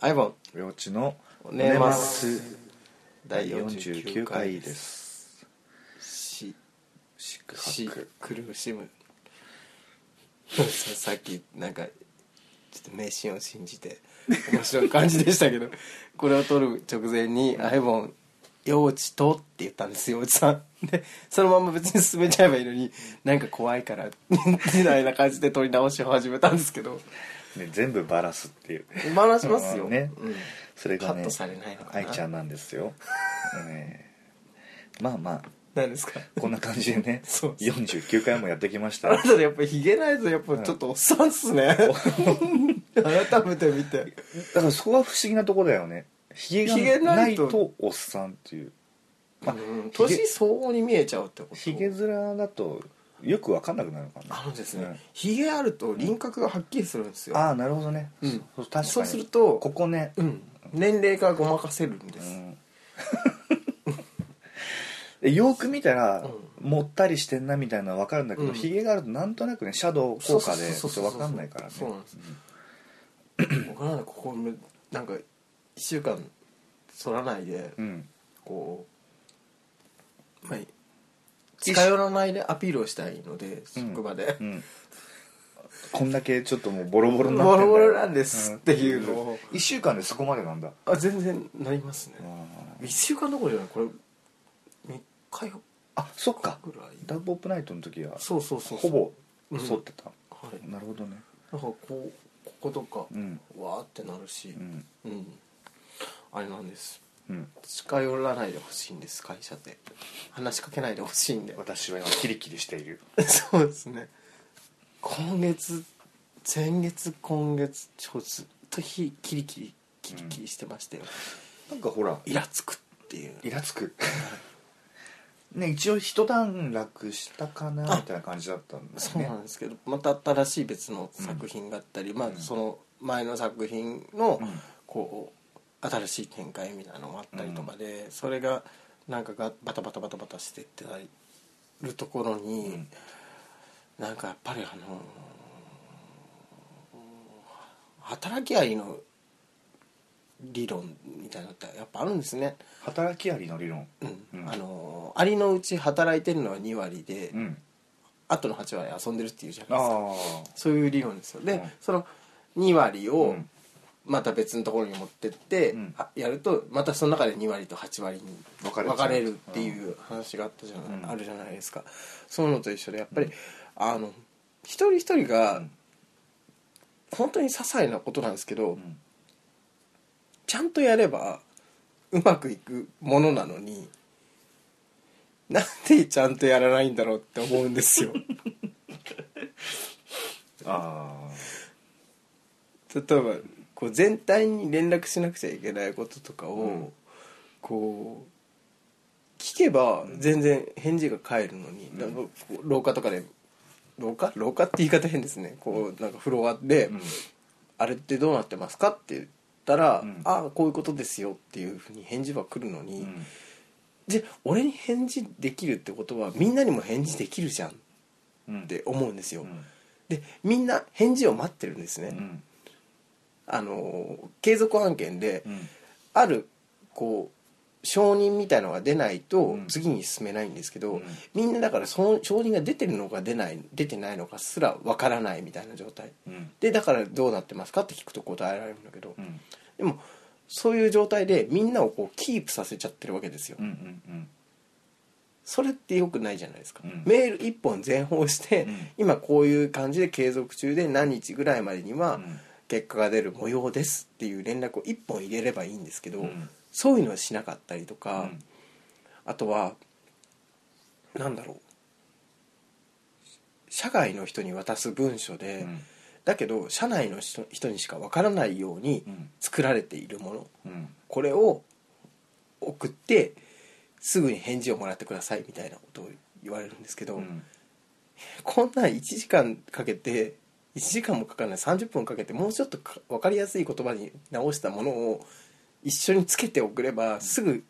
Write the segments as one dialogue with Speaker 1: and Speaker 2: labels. Speaker 1: アイボン
Speaker 2: 幼稚の
Speaker 1: 寝ます
Speaker 2: 第49回ですす
Speaker 1: し
Speaker 2: シックハ
Speaker 1: し
Speaker 2: ック
Speaker 1: 苦しむささっきなんかちょっと迷信を信じて面白い感じでしたけ どこれを撮る直前にアイボン「幼稚と」って言ったんです幼稚さんでそのまま別に進めちゃえばいいのになんか怖いからみたいな感じで撮り直しを始めたんですけ ど
Speaker 2: ね全部バラすっていう
Speaker 1: 話しますよ、
Speaker 2: ね
Speaker 1: うん
Speaker 2: それが
Speaker 1: カッ
Speaker 2: ね
Speaker 1: トされないのかな
Speaker 2: 愛ちゃんなんですよ、ねまあまあ
Speaker 1: 何ですか
Speaker 2: こんな感じでね
Speaker 1: そう
Speaker 2: 49回もやってきまし
Speaker 1: あ
Speaker 2: た
Speaker 1: なたやっぱヒゲないとやっぱちょっとおっさんっすね、改めて見て
Speaker 2: だからそこは不思議なとこだよねひげ
Speaker 1: ひげな
Speaker 2: がないい
Speaker 1: と
Speaker 2: とおっさんっていうまあ
Speaker 1: うん
Speaker 2: ひげ
Speaker 1: 年相応に見えちゃうってこと
Speaker 2: ひげ面だとよく分かんなくなるのかな
Speaker 1: あのです
Speaker 2: うん
Speaker 1: ねひげ、あると輪郭がはっきりするんですよ
Speaker 2: ああなるほどね、
Speaker 1: うん
Speaker 2: そ確かに
Speaker 1: そうすると
Speaker 2: ここね
Speaker 1: うん年齢がごまかせるんで
Speaker 2: う
Speaker 1: す、
Speaker 2: ん でよく見たら、もったりしてんなみたいなの分かるんだけ
Speaker 1: う
Speaker 2: ど
Speaker 1: ん
Speaker 2: ひげ、があるとなんとなくねシャドウ効果でち
Speaker 1: そう
Speaker 2: ょっ
Speaker 1: そ
Speaker 2: と
Speaker 1: うそうそう
Speaker 2: 分かんないからね
Speaker 1: そうなんです僕なんかここなんか1週間剃らないで
Speaker 2: うん
Speaker 1: こう、まあ、近寄らないでアピールをしたいので職場で、
Speaker 2: うんこんだけちょっともうボロボロになっ
Speaker 1: ボ
Speaker 2: てんだ
Speaker 1: ロ
Speaker 2: よ
Speaker 1: ボロなんですっていうのを、
Speaker 2: 1週間でそこまでなんだ
Speaker 1: あ全然なりますね、
Speaker 2: あ
Speaker 1: 1週間どころじゃないこれ3日4
Speaker 2: そっか
Speaker 1: 日ぐらい
Speaker 2: ダブオープナイトの時は
Speaker 1: そうそうそうそう
Speaker 2: ほぼ剃ってた、
Speaker 1: はいなんか
Speaker 2: なるほどね
Speaker 1: こうこことか、
Speaker 2: うん
Speaker 1: わーってなるし
Speaker 2: うん
Speaker 1: うん、あれなんです
Speaker 2: うん
Speaker 1: 近寄らないでほしいんです会社で話しかけないでほしいんで
Speaker 2: 私は今キリキリしている
Speaker 1: そうですね今月前月今月ちょっと日キリキリキリキリしてましたよ、
Speaker 2: なんかほら
Speaker 1: イラつくっていう
Speaker 2: イラつくね一応一段落したかなみたいな感じだったんです
Speaker 1: そう
Speaker 2: ね
Speaker 1: なんですけどまた新しい別の作品があったり、まあ
Speaker 2: うん
Speaker 1: その前の作品の
Speaker 2: うん
Speaker 1: こう新しい展開みたいなのもあったりとかで、それがなんかがバタバタバタバタしてってなるところ
Speaker 2: う
Speaker 1: に
Speaker 2: ん、
Speaker 1: なんかやっぱりあの働き合いの理論みたいなのってやっぱあるんですね。
Speaker 2: 働きありの理論
Speaker 1: うん
Speaker 2: うん
Speaker 1: あのありのうち働いてるのは2割で、
Speaker 2: うん
Speaker 1: あとの8割遊んでるっていうじゃない
Speaker 2: あ
Speaker 1: ですか。
Speaker 2: あ
Speaker 1: そういう理論ですよで、
Speaker 2: うん
Speaker 1: その2割
Speaker 2: う
Speaker 1: を
Speaker 2: ん
Speaker 1: また別のところに持ってって、
Speaker 2: うん
Speaker 1: あやるとまたその中で2割と8割に
Speaker 2: 分かれちゃう
Speaker 1: 分かれるっていう話があったじゃない、
Speaker 2: うん
Speaker 1: あるじゃないですかそういうのと一緒でやっぱり、
Speaker 2: うん
Speaker 1: あの一人一人が
Speaker 2: うん
Speaker 1: 本当に些細なことなんですけど、
Speaker 2: うん
Speaker 1: ちゃんとやればうまくいくものなのになんでちゃんとやらないんだろうって思うんですよ
Speaker 2: あ
Speaker 1: 例えばこう全体に連絡しなくちゃいけないこととかを、
Speaker 2: うん
Speaker 1: こう聞けば全然返事が返るのに、なんかこう廊下とかで廊下廊下って言い方変ですねこうなんかフロアで、
Speaker 2: あうん
Speaker 1: あれってどうなってますか?」って言ったら「
Speaker 2: うん
Speaker 1: ああこういうことですよ」っていうふうに返事は来るのに、
Speaker 2: うん
Speaker 1: で俺に返事できるってことはみんなにも返事できるじゃんっ
Speaker 2: うん
Speaker 1: て思うんですよ、
Speaker 2: うん
Speaker 1: でみんな返事を待ってるんですね、
Speaker 2: うん
Speaker 1: あのー継続案件で、
Speaker 2: うん
Speaker 1: あるこう承認みたいのが出ないと
Speaker 2: うん
Speaker 1: 次に進めないんですけど、
Speaker 2: うん
Speaker 1: みんなだからその承認が出てるのか出ない出てないのかすらわからないみたいな状態
Speaker 2: うん
Speaker 1: でだからどうなってますかって聞くと答えられるんだけど、
Speaker 2: うん
Speaker 1: でもそういう状態でみんなをこうキープさせちゃってるわけですよ、
Speaker 2: うんうんうん
Speaker 1: それって良くないじゃないですか、
Speaker 2: うん
Speaker 1: メール1本全放して、
Speaker 2: うん
Speaker 1: 今こういう感じで継続中で何日ぐらいまでには
Speaker 2: うん
Speaker 1: 結果が出る模様ですっていう連絡を1本入れればいいんですけど、
Speaker 2: うん
Speaker 1: そういうのはしなかったりと
Speaker 2: う
Speaker 1: か、
Speaker 2: ん
Speaker 1: あとはなんだろう社外の人に渡す文書で、
Speaker 2: うん
Speaker 1: だけど社内の人人にしかわからないように
Speaker 2: うん
Speaker 1: 作られているもの、
Speaker 2: うん
Speaker 1: これを送ってすぐに返事をもらってくださいみたいなことを言われるんですけど、
Speaker 2: うん
Speaker 1: こんなん1時間かけて1時間もかからない30分かけてもうちょっとか分かりやすい言葉に直したものを一緒につけて送ればすぐ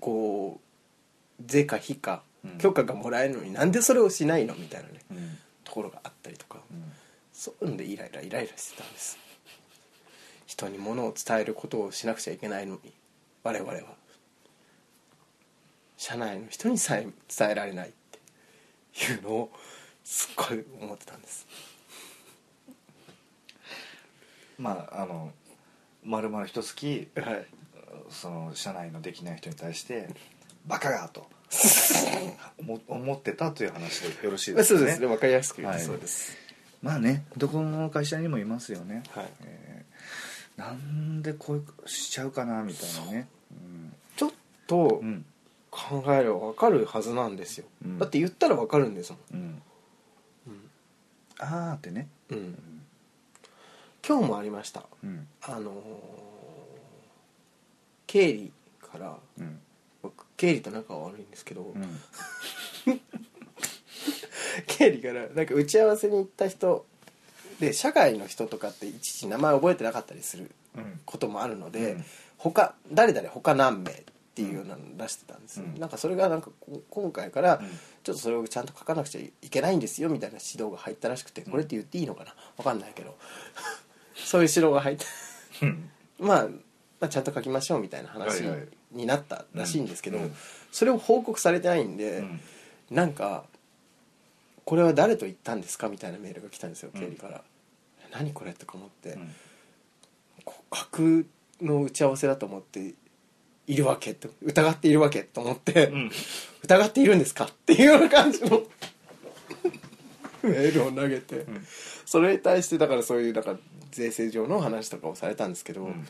Speaker 1: こう是か非か
Speaker 2: うん
Speaker 1: 許可がもらえるのになんでそれをしないのみたいなね
Speaker 2: うん
Speaker 1: ところがあったりとか
Speaker 2: うん
Speaker 1: そういうのでイライライライラしてたんです一人にものを伝えることをしなくちゃいけないのに我々は社内の人にさえ伝えられないっていうのをすっごい思ってたんです
Speaker 2: まああのまるまる一月
Speaker 1: はい
Speaker 2: その社内のできない人に対して「バカが!」と思思ってたという話でよろしいで
Speaker 1: そ
Speaker 2: すね
Speaker 1: うですねわかりやすく言うと
Speaker 2: はい
Speaker 1: そうです、
Speaker 2: まあねどこの会社にもいますよね、
Speaker 1: はい
Speaker 2: えーなんでこうしちゃうかなみたいなね
Speaker 1: ちょっと
Speaker 2: うんうん
Speaker 1: 考えればわかるはずなんですよ、
Speaker 2: うん
Speaker 1: だって言ったらわかるんですも
Speaker 2: うん
Speaker 1: ん、うん
Speaker 2: ああってね
Speaker 1: うん、今日もありました
Speaker 2: うん
Speaker 1: あのー経理から
Speaker 2: うん
Speaker 1: 僕経理と仲が悪いんですけど、
Speaker 2: うんうん
Speaker 1: 経理からなんか打ち合わせに行った人で社外の人とかっていちいち名前覚えてなかったりする
Speaker 2: うん
Speaker 1: こともあるので、
Speaker 2: うん
Speaker 1: 他誰々他何名っていうようなの出してたんです、
Speaker 2: うん
Speaker 1: なんかそれがなんかこ今回から、
Speaker 2: うん
Speaker 1: ちょっとそれをちゃんと書かなくちゃいけないんですよみたいな指導が入ったらしくてこれって言っていいのかなわかんないけど そういう指導が入った
Speaker 2: うん
Speaker 1: まあ、まあちゃんと書きましょうみたいな話
Speaker 2: はいはい
Speaker 1: になったらしいんですけど、
Speaker 2: うんうん
Speaker 1: それを報告されてないんで、
Speaker 2: うん
Speaker 1: なんか「これは誰と言ったんですか?」みたいなメールが来たんですよ
Speaker 2: うん
Speaker 1: 経理から「何これ?」とか思って、
Speaker 2: うん
Speaker 1: こう架空の打ち合わせだと思っているわけと疑っているわけと思って、
Speaker 2: うん
Speaker 1: 疑っているんですかっていうような感じの メールを投げて、
Speaker 2: ん
Speaker 1: それに対してだからそういうなんか税制上の話とかをされたんですけど、
Speaker 2: うん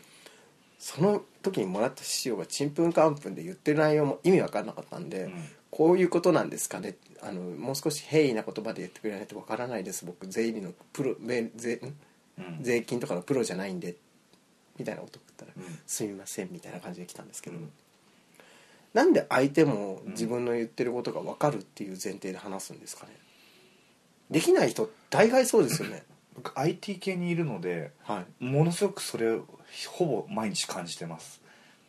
Speaker 1: その時にもらった資料がちんぷんかんぷんで言ってる内容も意味わかんなかったんで、
Speaker 2: うん
Speaker 1: こういうことなんですかねあのもう少し平易な言葉で言ってくれないとわからないです僕税理のプロ税税ん
Speaker 2: うん
Speaker 1: 税金とかのプロじゃないんでみたいなこと送ったら「
Speaker 2: うん
Speaker 1: すみません」みたいな感じで来たんですけど、
Speaker 2: うん
Speaker 1: なんで相手も自分の言ってることがわかるっていう前提で話すんですかねできない人大概そうですよ ね
Speaker 2: 僕 IT 系にいるので
Speaker 1: はい、
Speaker 2: ものすごくそれをほぼ毎日感じてます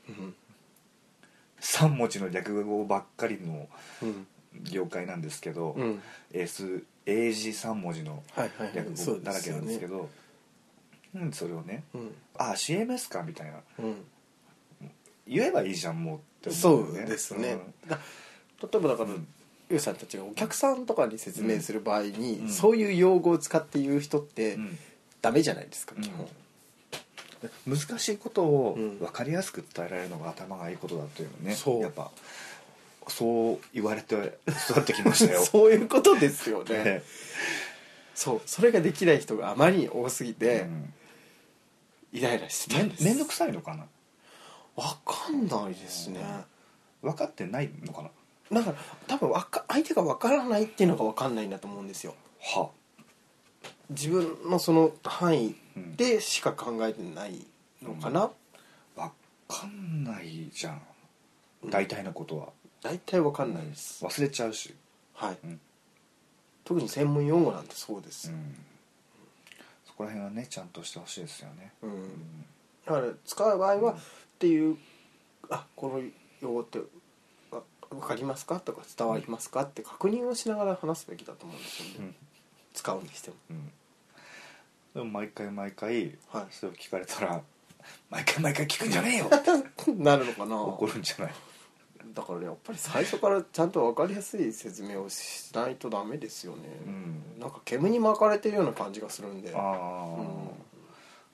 Speaker 1: うん
Speaker 2: 3文字の略語ばっかりの
Speaker 1: うん
Speaker 2: 業界なんですけど、
Speaker 1: うん、
Speaker 2: 英数英字3文字の
Speaker 1: はいはいはい
Speaker 2: 略語だらけなんですけ
Speaker 1: ど
Speaker 2: ど、うん、それをね
Speaker 1: うん
Speaker 2: 「ああ CMS か」みたいな
Speaker 1: うん
Speaker 2: 言えばいいじゃんもうって思
Speaker 1: そうう
Speaker 2: よね
Speaker 1: ですね、だ例えばだから、
Speaker 2: うん
Speaker 1: ゆうさんたちがお客さんとかに説明する場合に、
Speaker 2: うん
Speaker 1: そういう用語を使って言う人って
Speaker 2: うん
Speaker 1: ダメじゃないですか、
Speaker 2: うん
Speaker 1: 基本
Speaker 2: 難しいことを
Speaker 1: うん
Speaker 2: 分かりやすく伝えられるのが頭がいいことだというのね、
Speaker 1: そう
Speaker 2: やっぱそう言われて育ってきましたよ
Speaker 1: そういうことですよね
Speaker 2: ね
Speaker 1: そうそれができない人があまりに多すぎて、
Speaker 2: うん
Speaker 1: イライラしてた
Speaker 2: め
Speaker 1: ん
Speaker 2: ん
Speaker 1: です
Speaker 2: 面倒くさいのかな
Speaker 1: わかんないですね
Speaker 2: 分かってないのかな
Speaker 1: だから多分わか相手がわからないっていうのがわかんないんだと思うんですよ
Speaker 2: は
Speaker 1: 自分のその範囲
Speaker 2: うん
Speaker 1: でしか考えてないのかな、
Speaker 2: 分かんないじゃん
Speaker 1: うん
Speaker 2: 大体のことは
Speaker 1: 大体わかんないです、
Speaker 2: 忘れちゃうし、
Speaker 1: はい、
Speaker 2: うん
Speaker 1: 特に専門用語なんてそうで
Speaker 2: う
Speaker 1: す、
Speaker 2: ん、そこら辺はねちゃんとしてほしいですよね、
Speaker 1: うん
Speaker 2: うん
Speaker 1: だから使う場合は、
Speaker 2: うん
Speaker 1: っていうあこの用語ってわわかりますかとか伝わりますかって確認をしながら話すべきだと思うんですよね、
Speaker 2: うん
Speaker 1: 使うにしても
Speaker 2: うんでも毎回毎回
Speaker 1: はい
Speaker 2: それを聞かれたら「毎回毎回聞くんじゃねえよ!」
Speaker 1: なるのかな
Speaker 2: 怒るんじゃない
Speaker 1: だからやっぱり最初からちゃんと分かりやすい説明をしないとダメですよね、
Speaker 2: うん
Speaker 1: なんか煙に巻かれてるような感じがするんで
Speaker 2: ああ、
Speaker 1: うん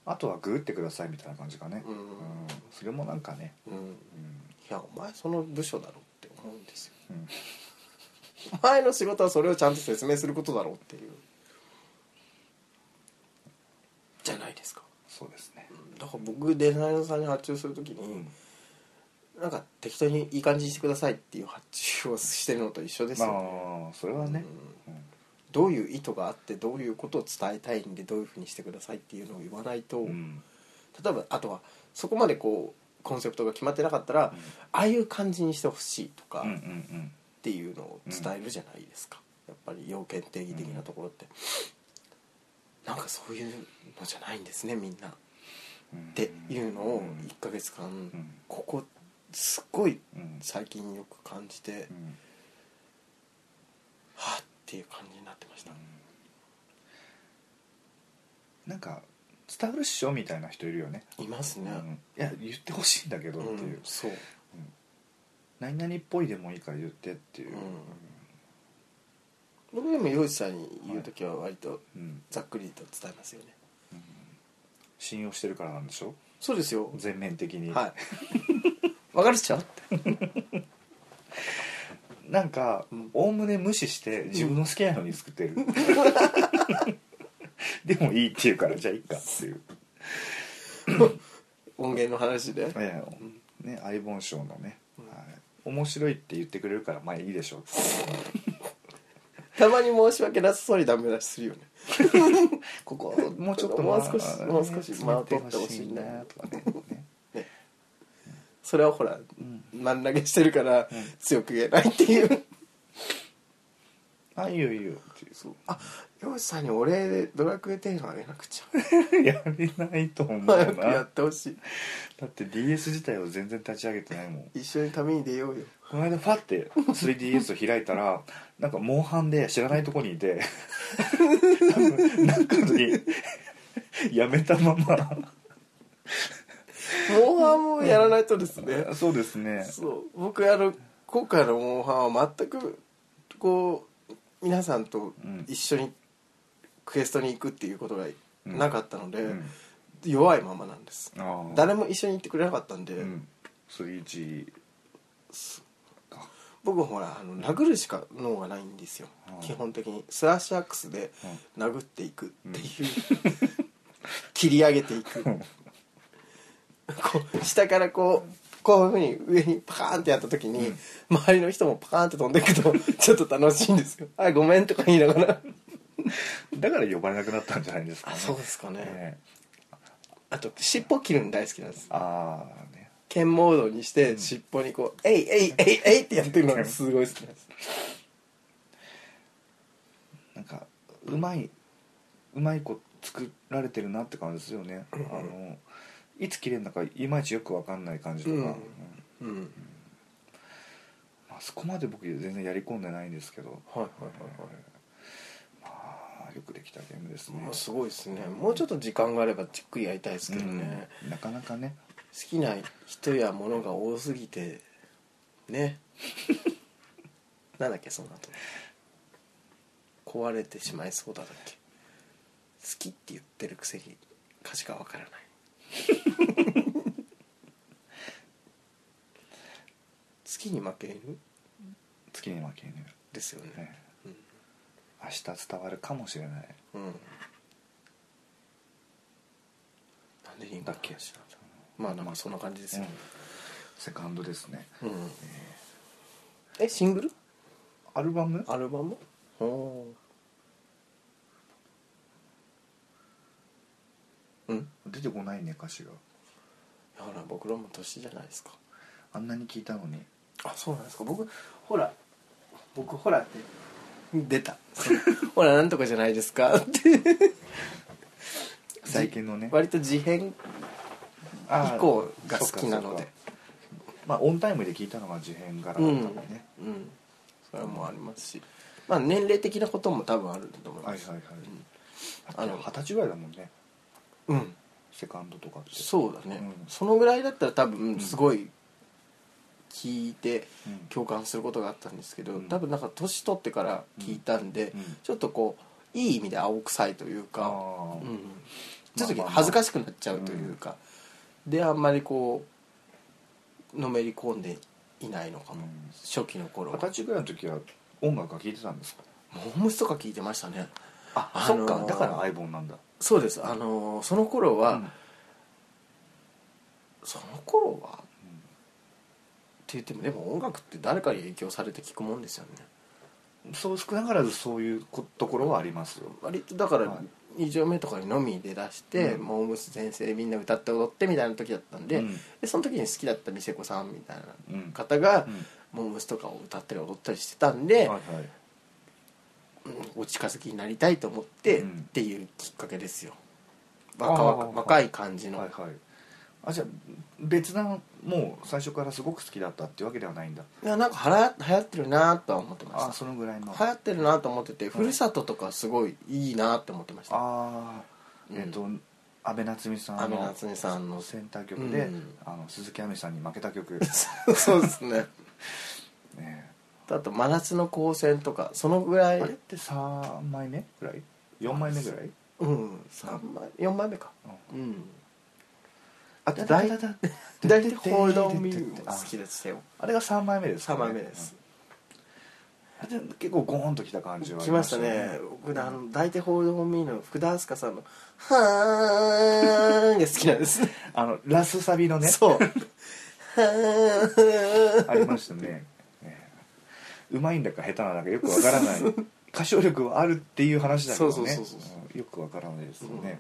Speaker 2: あとはグーってくださいみたいな感じかね、
Speaker 1: うん
Speaker 2: それもなんかね、
Speaker 1: うんい
Speaker 2: うん
Speaker 1: やお前その部署だろって思うんですよ
Speaker 2: うん
Speaker 1: お前の仕事はそれをちゃんと説明することだろうっていうじゃないですか
Speaker 2: そうですね、
Speaker 1: だから僕デザイナーさんに発注するときに、なんか適当にいい感じにしてくださいっていう発注をしてるのと一緒ですよね、
Speaker 2: まあそれはね、うん
Speaker 1: どういう意図があってどういうことを伝えたいんでどういうふうにしてくださいっていうのを言わないと、
Speaker 2: うん
Speaker 1: 例えばあとはそこまでこうコンセプトが決まってなかったら、
Speaker 2: うん
Speaker 1: ああいう感じにしてほしいとか
Speaker 2: うんうん
Speaker 1: っ
Speaker 2: うん
Speaker 1: ていうのを伝えるじゃないですか、やっぱり要件定義的なところって、なんかそういうのじゃないんですねみんなっ
Speaker 2: うん
Speaker 1: ていうのを
Speaker 2: うん
Speaker 1: 1ヶ月間、
Speaker 2: ん
Speaker 1: ここすっごい
Speaker 2: うん
Speaker 1: 最近よく感じて、
Speaker 2: うん
Speaker 1: はあっていう感じになってました、
Speaker 2: なんか伝わるっしょみたいな人いるよね、
Speaker 1: います
Speaker 2: う
Speaker 1: ね、
Speaker 2: ん、いや言ってほしいんだけど
Speaker 1: う
Speaker 2: っていう、
Speaker 1: ん、そう
Speaker 2: 何々っぽいでもいいから言ってっていう、
Speaker 1: 僕でも洋治さんに言う時は割と
Speaker 2: うん
Speaker 1: ざっくりと伝えますよね
Speaker 2: 信用してるからなんでしょ
Speaker 1: そうですよ
Speaker 2: 全面的 に、
Speaker 1: はいわかるっしょ って
Speaker 2: なんか
Speaker 1: うん
Speaker 2: おおむね無視して自分の好きなように作ってる、でもいいっていうからじゃあいいかっていう、
Speaker 1: 音源の話で
Speaker 2: ええね相棒賞のね、はい面白いって言ってくれるからまあいいでしょう
Speaker 1: たまに申し訳なさそうにダメ出しするよ ね
Speaker 2: ここ もうちょっと
Speaker 1: もう少し
Speaker 2: まあ
Speaker 1: もう少し
Speaker 2: ね
Speaker 1: 間を取ってほしいな
Speaker 2: とかねね
Speaker 1: それはほら
Speaker 2: うん
Speaker 1: 丸投げしてるから
Speaker 2: うん
Speaker 1: 強く言えないっていう
Speaker 2: あいいよいいよっていう
Speaker 1: あ洋治さんにお礼でドラクエ10あげなくちゃ
Speaker 2: やれないと思う
Speaker 1: 早くや
Speaker 2: な
Speaker 1: ってほしい
Speaker 2: だって DS 自体を全然立ち上げてないもん
Speaker 1: 一緒に旅に出よ うよ
Speaker 2: この間ファって 3DS を開いたらなんかモンハンで知らないとこにいてなんかの時やめたまま
Speaker 1: モンハンもやらないとですね
Speaker 2: そうですね
Speaker 1: そう僕あの今回のモンハンは全くこう皆さんと一緒にクエストに行くっていうことがなかったので、
Speaker 2: うん
Speaker 1: 弱いままなんです
Speaker 2: あー
Speaker 1: 誰も一緒に行ってくれなかったんで、
Speaker 2: うん、3G
Speaker 1: 僕ほらあの殴るしか脳がないんですよ、
Speaker 2: うん
Speaker 1: 基本的にスラッシュアックスで
Speaker 2: う
Speaker 1: 殴っていくっていう、切り上げていく
Speaker 2: うん
Speaker 1: こう下からこうこういうふうに上にパカーンってやった時に、周りの人もパカーンって飛んでいくとちょっと楽しいんですよ「あごめん」とか言いながら
Speaker 2: だから呼ばれなくなったんじゃないですか、
Speaker 1: あそうですかね
Speaker 2: ね
Speaker 1: あと尻尾切るの大好きなんです
Speaker 2: ああね
Speaker 1: 剣モードにして尻尾にこう「えいえいえいえい」ってやってるのがすごい好きなんです
Speaker 2: なんかうまいうまい子作られてるなって感じですよねあのいつ切れるのかいまいちよくわかんない感じとか、
Speaker 1: うん
Speaker 2: うん
Speaker 1: うん
Speaker 2: まあそこまで僕全然やり込んでないんですけど、
Speaker 1: はいはいはい
Speaker 2: えーまあよくできたゲームですね
Speaker 1: もうすごいですねもうちょっと時間があればじっくりやりたいですけどね、
Speaker 2: うんなかなかね
Speaker 1: 好きな人やものが多すぎてねなんだっけその後壊れてしまいそうだだっけ好きって言ってるくせに歌詞がわからない好きに負ける
Speaker 2: 月に負けぬ、
Speaker 1: ですよね
Speaker 2: ね明日伝わるかもしれない
Speaker 1: うんなんでリンゴの話なんだまあなんかそんな感じですよね、
Speaker 2: セカンドですね
Speaker 1: うんえシングル
Speaker 2: アルバム
Speaker 1: アルバムおうん
Speaker 2: 出てこないね歌詞が
Speaker 1: ほら僕らも年じゃないですか
Speaker 2: あんなに聞いたのに
Speaker 1: あそうなんですか僕ほら僕ほらって出た ほらなんとかじゃないです かって
Speaker 2: 最近のね
Speaker 1: 割と事変
Speaker 2: あー
Speaker 1: 以降が好きなので
Speaker 2: そうかそうかまあオンタイムで聞いたのが事変柄だったのね、
Speaker 1: うんそれもありますしまあ年齢的なことも多分あると思い
Speaker 2: は
Speaker 1: ま
Speaker 2: い
Speaker 1: す
Speaker 2: はいはい、
Speaker 1: あ
Speaker 2: あ
Speaker 1: の
Speaker 2: の二十歳ぐらいだもんね
Speaker 1: うん
Speaker 2: セカンドとかって
Speaker 1: そうだね、
Speaker 2: うん
Speaker 1: そのぐらいだったら多分すごい聞いて
Speaker 2: うん
Speaker 1: 共感することがあったんですけど、
Speaker 2: うん
Speaker 1: 多分なんか年取ってから聞いたんで、
Speaker 2: うんうん
Speaker 1: ちょっとこういい意味で青臭いという
Speaker 2: あ
Speaker 1: か、
Speaker 2: ー
Speaker 1: うん、ちょっと
Speaker 2: まあまあ
Speaker 1: 恥ずかしくなっちゃうというか、であんまりこうのめり込んでいないのかも、
Speaker 2: うん
Speaker 1: 初期の頃
Speaker 2: 二十歳ぐらいの時は音楽は聞いてたんですか
Speaker 1: モームスとか聞いてましたね
Speaker 2: あ
Speaker 1: あのー
Speaker 2: そっかだから相棒なんだ
Speaker 1: そうですあのーその頃は、その頃はって言ってもでも音楽って誰かに影響されて聞くもんですよね
Speaker 2: うんそう少なからずそういうこところはありますよ
Speaker 1: 割とだから
Speaker 2: は
Speaker 1: 2丁目とかにのみ出だして、
Speaker 2: うん
Speaker 1: モームス先生みんな歌って踊ってみたいな時だったんで,、
Speaker 2: うん
Speaker 1: でその時に好きだった店子さんみたい
Speaker 2: うん
Speaker 1: な方が、
Speaker 2: うん
Speaker 1: モームスとかを歌ったり踊ったりしてたんで、
Speaker 2: はいはい
Speaker 1: お近づきになりたいと思って、
Speaker 2: うん
Speaker 1: っていうきっかけですよ
Speaker 2: あー
Speaker 1: 若々
Speaker 2: はい
Speaker 1: 若い感じの、
Speaker 2: はいはいあじゃあ別なもう最初からすごく好きだったっていうわけではないんだ
Speaker 1: いやなんかはら流行ってるなとは思ってま
Speaker 2: あ
Speaker 1: し
Speaker 2: そのぐらいの
Speaker 1: た流行ってるなと思ってて、ふるさととかすごいいいなって思ってました
Speaker 2: ああえっ、と、安倍夏実さん
Speaker 1: 安倍夏実さんの
Speaker 2: センター曲で、
Speaker 1: うん
Speaker 2: あの鈴木亜美さんに負けた曲、
Speaker 1: そうですね
Speaker 2: ね、
Speaker 1: あと「真夏の光線」とかそのぐら
Speaker 2: あれっ
Speaker 1: い
Speaker 2: て3枚目ぐらい4枚目ぐらい
Speaker 1: うん三枚4枚目かうんあと
Speaker 2: だ
Speaker 1: 大
Speaker 2: いだい
Speaker 1: 「大体ホールドオンミー」も好きですよ
Speaker 2: あれが3枚目ですか
Speaker 1: 3
Speaker 2: ね、
Speaker 1: 枚目です
Speaker 2: うんで結構ゴーンときた感じはあ
Speaker 1: 来
Speaker 2: り
Speaker 1: ましたね僕ねあの「大体ホールドオンミー」の福田明日香さんの「はーん」が好きなん です
Speaker 2: あのラスサビのね
Speaker 1: そう「はーん」
Speaker 2: ありましたねねうまいんだか下手なんだかよくわからない歌唱力はあるっていう話だけどね
Speaker 1: そうそうそうそう
Speaker 2: うんよくわからないですよね、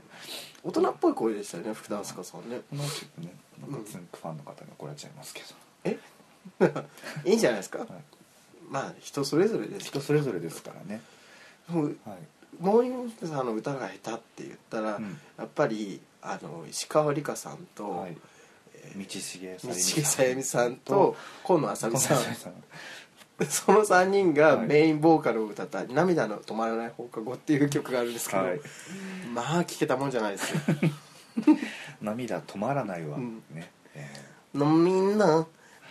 Speaker 1: 大人っぽい声でしたよね福田明日香さんね
Speaker 2: このちょっとねなんかツンクファンの方が怒られちゃいますけど、
Speaker 1: え いいんじゃないですか
Speaker 2: はい、
Speaker 1: まあ人それぞれですけ
Speaker 2: 人それぞれですからね、
Speaker 1: どもう
Speaker 2: はい、
Speaker 1: モーニング娘。さんの歌が下手って言ったら、
Speaker 2: うん
Speaker 1: やっぱりあの石川梨香さんと、
Speaker 2: はい、
Speaker 1: え
Speaker 2: 道重
Speaker 1: ー道重さゆみさんと河野あさ
Speaker 2: さ
Speaker 1: み
Speaker 2: み
Speaker 1: さ
Speaker 2: さ
Speaker 1: ん
Speaker 2: んさん
Speaker 1: その3人が
Speaker 2: はい
Speaker 1: メインボーカルを歌った「涙の止まらない放課後」っていう曲があるんですけど、
Speaker 2: はい
Speaker 1: まあ聴けたもんじゃないですよ
Speaker 2: 涙止まらないわ、
Speaker 1: うん
Speaker 2: ね、えー
Speaker 1: みんな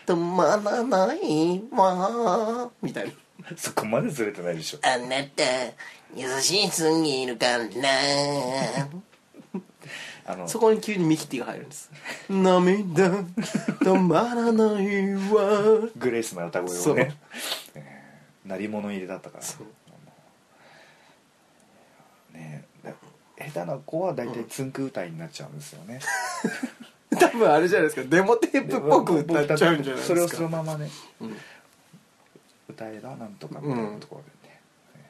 Speaker 1: 止まらないわみたいな
Speaker 2: そこまでずれてないでしょ
Speaker 1: あなた優しすぎるから
Speaker 2: あ の
Speaker 1: そこに急にミキティが入るんです「涙止まらないわ
Speaker 2: グレースの歌声
Speaker 1: そ
Speaker 2: を
Speaker 1: う
Speaker 2: ね、えー鳴り物入りだったから
Speaker 1: そう
Speaker 2: ねだ下手な子は大体つんく歌いになっちゃうんです よね、」
Speaker 1: 多分あれじゃないですかデモテープっぽく歌っちゃうんじゃないですか
Speaker 2: それをそのままね
Speaker 1: うん
Speaker 2: 歌えななんとかみたいなところでね、えー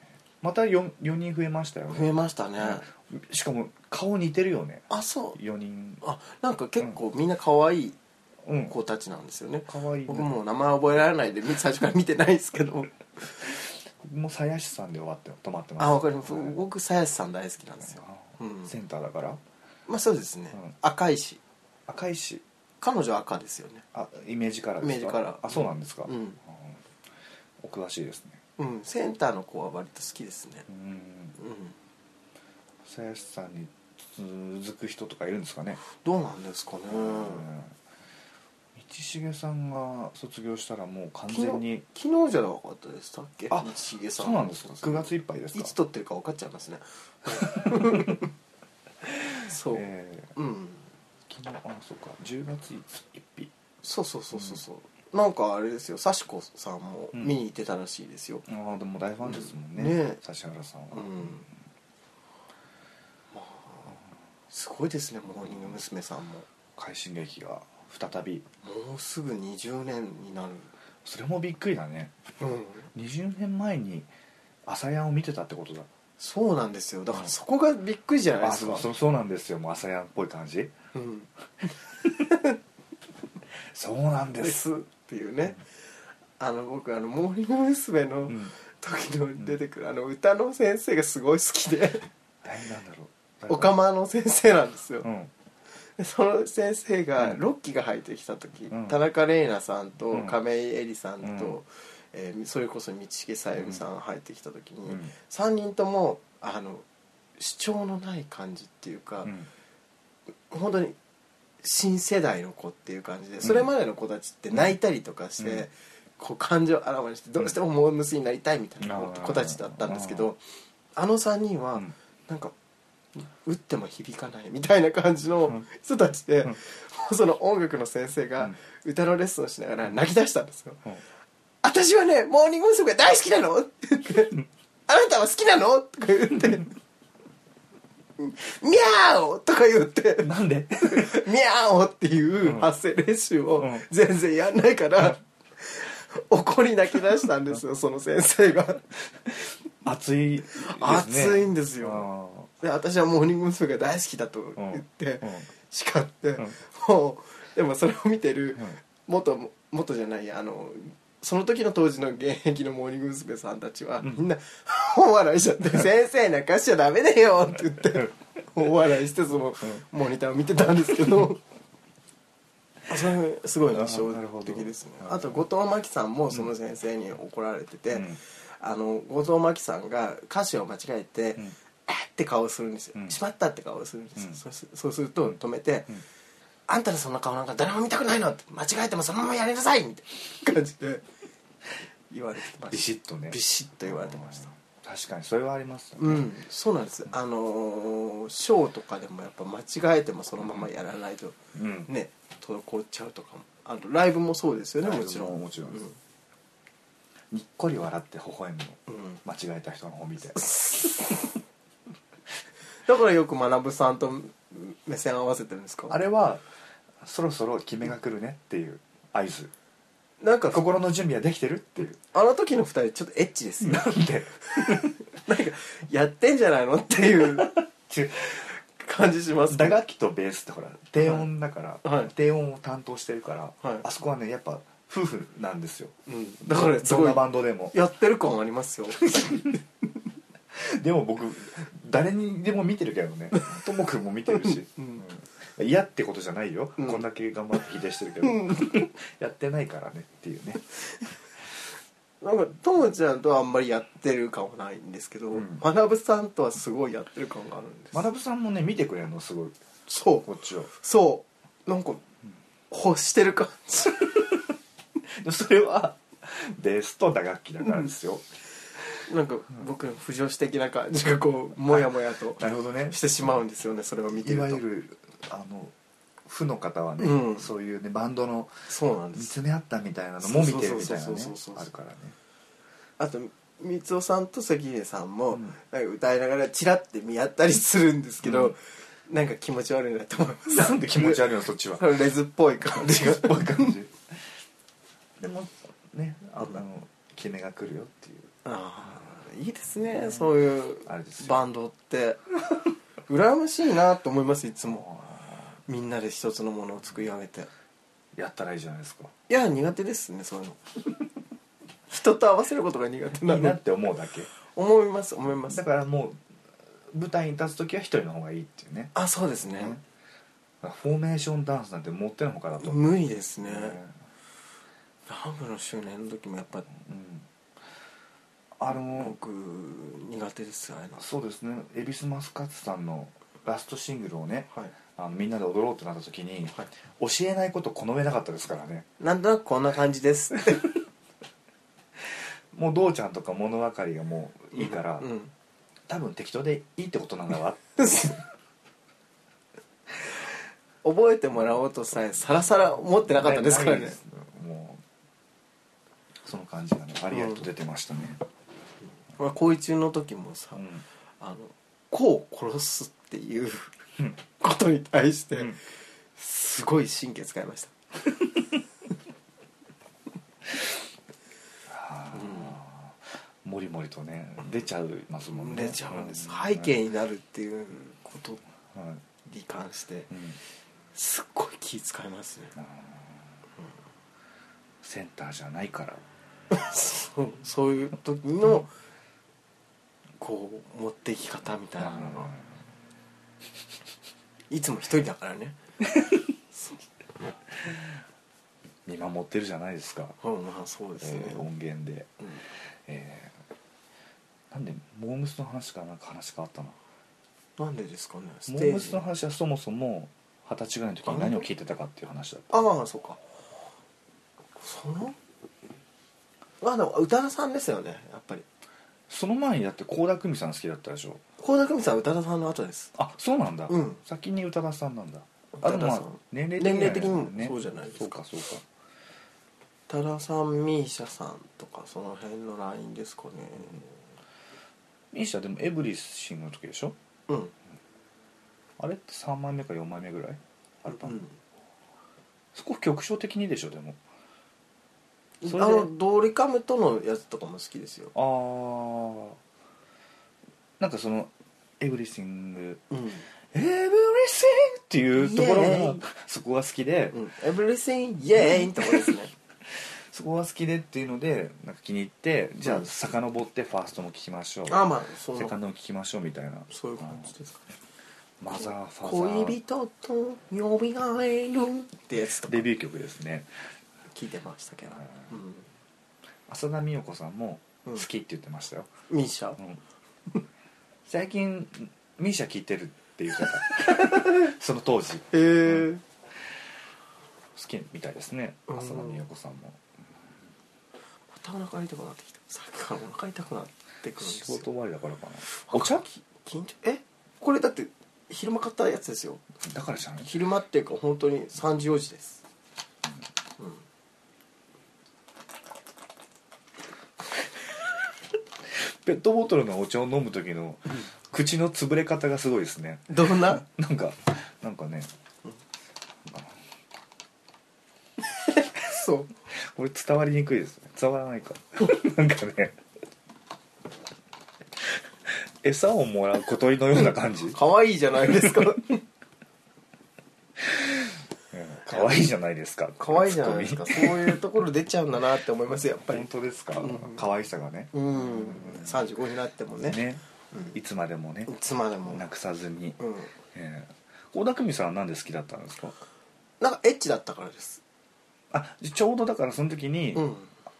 Speaker 2: また 4, 四人増えましたよ
Speaker 1: 増え
Speaker 2: ね
Speaker 1: ましたね
Speaker 2: しかも顔似てるよね
Speaker 1: あそう
Speaker 2: 4人
Speaker 1: あなんか結構みんな可愛い
Speaker 2: うん
Speaker 1: 子たちなんですよね
Speaker 2: かわいい、ね、
Speaker 1: 僕もう名前覚えられないで最初から見て ないですけど
Speaker 2: 僕も鞘師さんで終わって止まってます
Speaker 1: あわかります
Speaker 2: はい
Speaker 1: 僕鞘師さん大好きなんですようん
Speaker 2: センターだから
Speaker 1: まあそうですね
Speaker 2: うん
Speaker 1: 赤いし
Speaker 2: 赤いし
Speaker 1: 彼女は赤ですよね
Speaker 2: あイメージカラーで
Speaker 1: イ
Speaker 2: すか
Speaker 1: メージカラー
Speaker 2: あそうなんですか、
Speaker 1: うん
Speaker 2: お詳しいですね
Speaker 1: うんセンターの子は割と好きですね
Speaker 2: うん
Speaker 1: うん
Speaker 2: 鞘師さんに続く人とかいるんですかね
Speaker 1: どうなんですかね
Speaker 2: うん道重さんが卒業したらもう完全に
Speaker 1: 昨日じゃなかったでしたっけ
Speaker 2: あ
Speaker 1: 道重さん
Speaker 2: そうなんですか9月いっぱいですか
Speaker 1: いつ撮ってるか分かっちゃいます ねそう、
Speaker 2: え
Speaker 1: うん
Speaker 2: ー昨日あそうか10月1日
Speaker 1: そうそうそうそうそう、なんかあれですよ幸子さんも
Speaker 2: うん
Speaker 1: 見に行ってたらしいですよ、
Speaker 2: ああでも大ファンですもんね,、
Speaker 1: うんね
Speaker 2: 指原さん
Speaker 1: う
Speaker 2: は、
Speaker 1: んまあすごいですねモーニング娘。さんも
Speaker 2: 快進撃が再び
Speaker 1: もうすぐ20年になる
Speaker 2: それもびっくりだね
Speaker 1: うん
Speaker 2: 20年前に朝やんを見てたってことだ
Speaker 1: そうなんですよだからそこがびっくりじゃない
Speaker 2: あ
Speaker 1: です
Speaker 2: そ
Speaker 1: か
Speaker 2: うそうそうなんですよもう朝やんっぽい感じ
Speaker 1: うん
Speaker 2: そうなんで、
Speaker 1: ですすっていうねあの僕あのモーニング娘。
Speaker 2: う
Speaker 1: の
Speaker 2: ん、
Speaker 1: 時の出てくるあの歌の先生がすごい好きで
Speaker 2: 誰なんだろう誰だ
Speaker 1: オカマの先生なんですよ
Speaker 2: うん
Speaker 1: で その先生が
Speaker 2: うん
Speaker 1: ロッキーが入ってきた時、
Speaker 2: うん
Speaker 1: 田中玲奈さんと
Speaker 2: うん
Speaker 1: 亀井絵里さんと、
Speaker 2: うん
Speaker 1: えーそれこそ道重さゆみさんが入ってきた時に、
Speaker 2: うん
Speaker 1: 3人ともあの主張のない感じっていうか、
Speaker 2: うん
Speaker 1: 本当に新世代の子っていう感じでそれまでの子たちって泣いたりとかして、
Speaker 2: うん
Speaker 1: こう感情をあらわにしてどうしてもモー娘。になりたいみたいな
Speaker 2: うん
Speaker 1: 子たちだったんですけどあの3人は
Speaker 2: うん
Speaker 1: なんか打っても響かないみたいな感じの
Speaker 2: ん
Speaker 1: 人たちで、
Speaker 2: うん
Speaker 1: もうその音楽の先生が歌のレッスンをしながら泣き出したんですよ。
Speaker 2: うん
Speaker 1: 私はねモーニング娘。が大好きなのって言ってあなたは好きなのとか言ってミャーオとか言って
Speaker 2: なんで
Speaker 1: ミャーオっていう発声練習を
Speaker 2: うん
Speaker 1: 全然やんないから怒り泣き出したんですよその先生が
Speaker 2: 暑いですね
Speaker 1: 暑いんですよ
Speaker 2: あ
Speaker 1: で私はモーニング娘。が大好きだと
Speaker 2: ーうん
Speaker 1: 言って
Speaker 2: うん
Speaker 1: 叱って、
Speaker 2: ん
Speaker 1: もうでもそれを見てる
Speaker 2: うん
Speaker 1: 元元じゃないやあのその時の当時の現役のモーニング娘。さんたちはみんな「お笑いしちゃって「先生泣かしちゃダメだよ」って言ってお笑いしてそのモニターを見てたんですけ ど。それすごい印象
Speaker 2: あなるほど
Speaker 1: 的ですね
Speaker 2: はい
Speaker 1: あと後藤真希さんもその先生に怒られてて、
Speaker 2: うん
Speaker 1: あの後藤真希さんが歌詞を間違えて「
Speaker 2: うん
Speaker 1: あって顔をするんですよ、
Speaker 2: うん
Speaker 1: しまったって顔をするんですよ、
Speaker 2: うん
Speaker 1: そうすそうすると止めて、
Speaker 2: ん
Speaker 1: あんたのそんな顔なんか誰も見たくないのって間違えてもそのままやりなさいみたいな感じで言われてま
Speaker 2: ビ
Speaker 1: し
Speaker 2: シッと
Speaker 1: た
Speaker 2: ね
Speaker 1: ビシッと言われてました
Speaker 2: 確かにそれはありますよ
Speaker 1: う
Speaker 2: ね、
Speaker 1: ん、そうなんですあのーショーとかでもやっぱ間違えてもそのままやらないと
Speaker 2: うん
Speaker 1: ね滞っちゃうとかもあとライブもそうですよね
Speaker 2: ライ
Speaker 1: も
Speaker 2: ブも
Speaker 1: ちろん
Speaker 2: もちろん
Speaker 1: う
Speaker 2: で
Speaker 1: ん
Speaker 2: すにっこり笑って微笑むの、
Speaker 1: うん
Speaker 2: 間違えた人の方見て
Speaker 1: だからよく学さんと目線合わせてるんですか
Speaker 2: あれはそろそろ決めが来るねっていう合図
Speaker 1: なんか
Speaker 2: 心の準備はできてるっていう
Speaker 1: あの時の二人ちょっとエッチですよ
Speaker 2: なんで
Speaker 1: なんかやってんじゃないのっていう
Speaker 2: ちゅ
Speaker 1: 感じします
Speaker 2: 打楽器とベースってほら低音だから、
Speaker 1: はい
Speaker 2: 低音を担当してるから、
Speaker 1: はい
Speaker 2: あそこはねやっぱ夫婦なんですよ
Speaker 1: うん、だからす
Speaker 2: どん
Speaker 1: ごい
Speaker 2: なバンドでも
Speaker 1: やってる感あります よ
Speaker 2: でも僕誰にでも見てるけどねともくんも見てるし、
Speaker 1: うん
Speaker 2: うん嫌ってことじゃないよ、
Speaker 1: うん
Speaker 2: こんだけ頑張って否定してるけど、 やってないからねっていうね、
Speaker 1: なんかともちゃんとはあんまりやってる感はないんですけど、
Speaker 2: うん
Speaker 1: まなぶさんとはすごいやってる感があるんです、
Speaker 2: まなぶさんもね見てくれるのすごい
Speaker 1: そ
Speaker 2: こ
Speaker 1: う
Speaker 2: っ ちを
Speaker 1: そうなんか欲してる感じ
Speaker 2: でそれはベースと打楽器だからですよ、
Speaker 1: なんか僕の不女子的な感じがこうモヤモヤと
Speaker 2: なるほどね
Speaker 1: してしまうんですよねそれを見て
Speaker 2: い
Speaker 1: る
Speaker 2: わゆ
Speaker 1: と
Speaker 2: るあの負の方はね、
Speaker 1: うん
Speaker 2: そういうねバンドの
Speaker 1: そうなんで
Speaker 2: 見
Speaker 1: す
Speaker 2: つめ合ったみたいなのも見てるみたいな
Speaker 1: そう
Speaker 2: ね
Speaker 1: そうそうそうそう
Speaker 2: あるからね
Speaker 1: あと光雄さんと関根さんも、
Speaker 2: うん
Speaker 1: なんか歌いながらチラって見合ったりするんですけど、
Speaker 2: うん
Speaker 1: なんか気持ち悪いなと思います
Speaker 2: なんで気持ち悪いのそっちは
Speaker 1: そのレズっぽい感じ
Speaker 2: 違
Speaker 1: が
Speaker 2: うっぽい感じでもねああの決めが来るよっていう
Speaker 1: あーいいですね、そういう
Speaker 2: あれですよ
Speaker 1: バンドって羨ましいなと思いますいつも
Speaker 2: あ
Speaker 1: みんなで一つのものを作り上げて
Speaker 2: ーやったらいいじゃないですか
Speaker 1: いや苦手ですねそういう の人と合わせることが苦手ない
Speaker 2: いなっ
Speaker 1: の
Speaker 2: て思うだけ
Speaker 1: 思います思いま
Speaker 2: だ
Speaker 1: す
Speaker 2: からもう舞台に立つ時は一人の方がいいっていうね
Speaker 1: あそうですね、
Speaker 2: フォーメーションダンスなんてもってのほかだと思う
Speaker 1: 無理ですね、
Speaker 2: う
Speaker 1: ラブの周年の時もやっぱ
Speaker 2: んあの
Speaker 1: 僕苦手ですよあれの
Speaker 2: そうですね恵比寿マスカッツさんのラストシングルをね
Speaker 1: はい、
Speaker 2: あのみんなで踊ろうってなった時に
Speaker 1: はい、
Speaker 2: 教えないことこの上なかったですからね
Speaker 1: なんとなくこんな感じです
Speaker 2: もうどうちゃんとか物分かりがもういいから、
Speaker 1: うん
Speaker 2: 多分適当でいいってことなんだわ
Speaker 1: 覚えてもらおうとさえさらさら思ってなかったですから
Speaker 2: ない
Speaker 1: ね
Speaker 2: ですもうその感じがねありありと出てましたね、
Speaker 1: 俺高一の時もさ、
Speaker 2: うん
Speaker 1: あの子を殺すっていうことに対して、
Speaker 2: うん
Speaker 1: すごい神経使いました
Speaker 2: あーもりもりとね出ちゃいますもんね
Speaker 1: 出ちゃうんです、背景になるっていうこと
Speaker 2: はい
Speaker 1: に関して
Speaker 2: うん
Speaker 1: すっごい気使いますね
Speaker 2: あーセンターじゃないから
Speaker 1: そうそういう時のこう持っていき方みたいなのがいつも一人だからね
Speaker 2: 見守ってるじゃないですか、
Speaker 1: うんまあそうですね
Speaker 2: えー音源で、えーなんでモームスの話からなんか話変わったな
Speaker 1: うんなんでですかねス
Speaker 2: モ
Speaker 1: テ
Speaker 2: ーム
Speaker 1: ー
Speaker 2: ス
Speaker 1: ジ
Speaker 2: の
Speaker 1: あ
Speaker 2: 話はそもそも二十歳ぐらいの時に何を聞いてたかっていう話だった
Speaker 1: あそうかそのまあでも宇多田さんですよねやっぱり
Speaker 2: その前にだって倖田來未さん好きだったでしょ
Speaker 1: 倖田來未さんは宇多田さんの後です
Speaker 2: あそうなんだ、
Speaker 1: うん
Speaker 2: 先に宇多田さんなんだ
Speaker 1: 宇多田さん
Speaker 2: でもまあ年齢
Speaker 1: 年齢
Speaker 2: 的
Speaker 1: 的
Speaker 2: に
Speaker 1: に
Speaker 2: は
Speaker 1: もそうじゃないですか
Speaker 2: そうかそうか
Speaker 1: 宇多田さんミーシャさんとかその辺のラインですかね
Speaker 2: ミーシャでもエブリシングの時でしょ
Speaker 1: うん
Speaker 2: あれって3枚目か4枚目ぐらいアルバ
Speaker 1: う
Speaker 2: ム、
Speaker 1: ん
Speaker 2: そこ局所的にでしょでも
Speaker 1: あ
Speaker 2: それで
Speaker 1: のドリカムとのやつとかも好きですよ
Speaker 2: ああなんかその「エブリシング」
Speaker 1: うん
Speaker 2: 「エブリシング」っていうところ
Speaker 1: イエ
Speaker 2: が
Speaker 1: ーイ
Speaker 2: そこが好きで、
Speaker 1: うん、Everything Yay! ってことですね
Speaker 2: そこが好きでっていうのでなんか気に入ってじゃ
Speaker 1: う
Speaker 2: あ
Speaker 1: ん
Speaker 2: 遡ってファーストも聴きましょう
Speaker 1: あまあそ
Speaker 2: セカン
Speaker 1: の
Speaker 2: ドも聴きましょうみたいな
Speaker 1: そういう感じですかね
Speaker 2: うんマザーファザー
Speaker 1: 恋人と呼びがえるってやつとか
Speaker 2: デビュー曲ですね
Speaker 1: 聞いてましたけど、
Speaker 2: 浅田美代子さんも
Speaker 1: う
Speaker 2: 好
Speaker 1: ん
Speaker 2: きって言ってましたよ、
Speaker 1: うん、ミーシャ
Speaker 2: うん最近ミーシャ聴いてるって言って たその当時好
Speaker 1: へえ
Speaker 2: きみたいですね
Speaker 1: うん
Speaker 2: 浅野美代子さんも
Speaker 1: またお腹痛くなってきたさっきからお腹痛くなってくるんで
Speaker 2: 仕
Speaker 1: すよ
Speaker 2: 事終わりだからかなお茶
Speaker 1: 緊張えこれだって昼間買ったやつですよ
Speaker 2: だからじゃない
Speaker 1: 昼間っていうか本当に3時4時です、うん
Speaker 2: ペットボトルのお茶を飲む時の口の潰れ方がすごいですね
Speaker 1: どんな
Speaker 2: なんかなんかね
Speaker 1: そう
Speaker 2: これ伝わりにくいですね伝わらないかなんかね餌をもらう小鳥のような感じ、うん、
Speaker 1: 可愛いじゃない ですか
Speaker 2: かわいいじゃないですか
Speaker 1: 可愛いじゃないですかそういうところ出ちゃうんだなって思いますよやっぱり
Speaker 2: 本当ですか、
Speaker 1: うん
Speaker 2: 可愛さがね
Speaker 1: うん35になってもね
Speaker 2: ね
Speaker 1: うん
Speaker 2: いつまでもね
Speaker 1: いつまでも
Speaker 2: なくさずに、
Speaker 1: うん
Speaker 2: えー、小田久美さんはなんで好きだったんですか
Speaker 1: なんかエッチだったからです
Speaker 2: あちょうどだからその時に、
Speaker 1: うん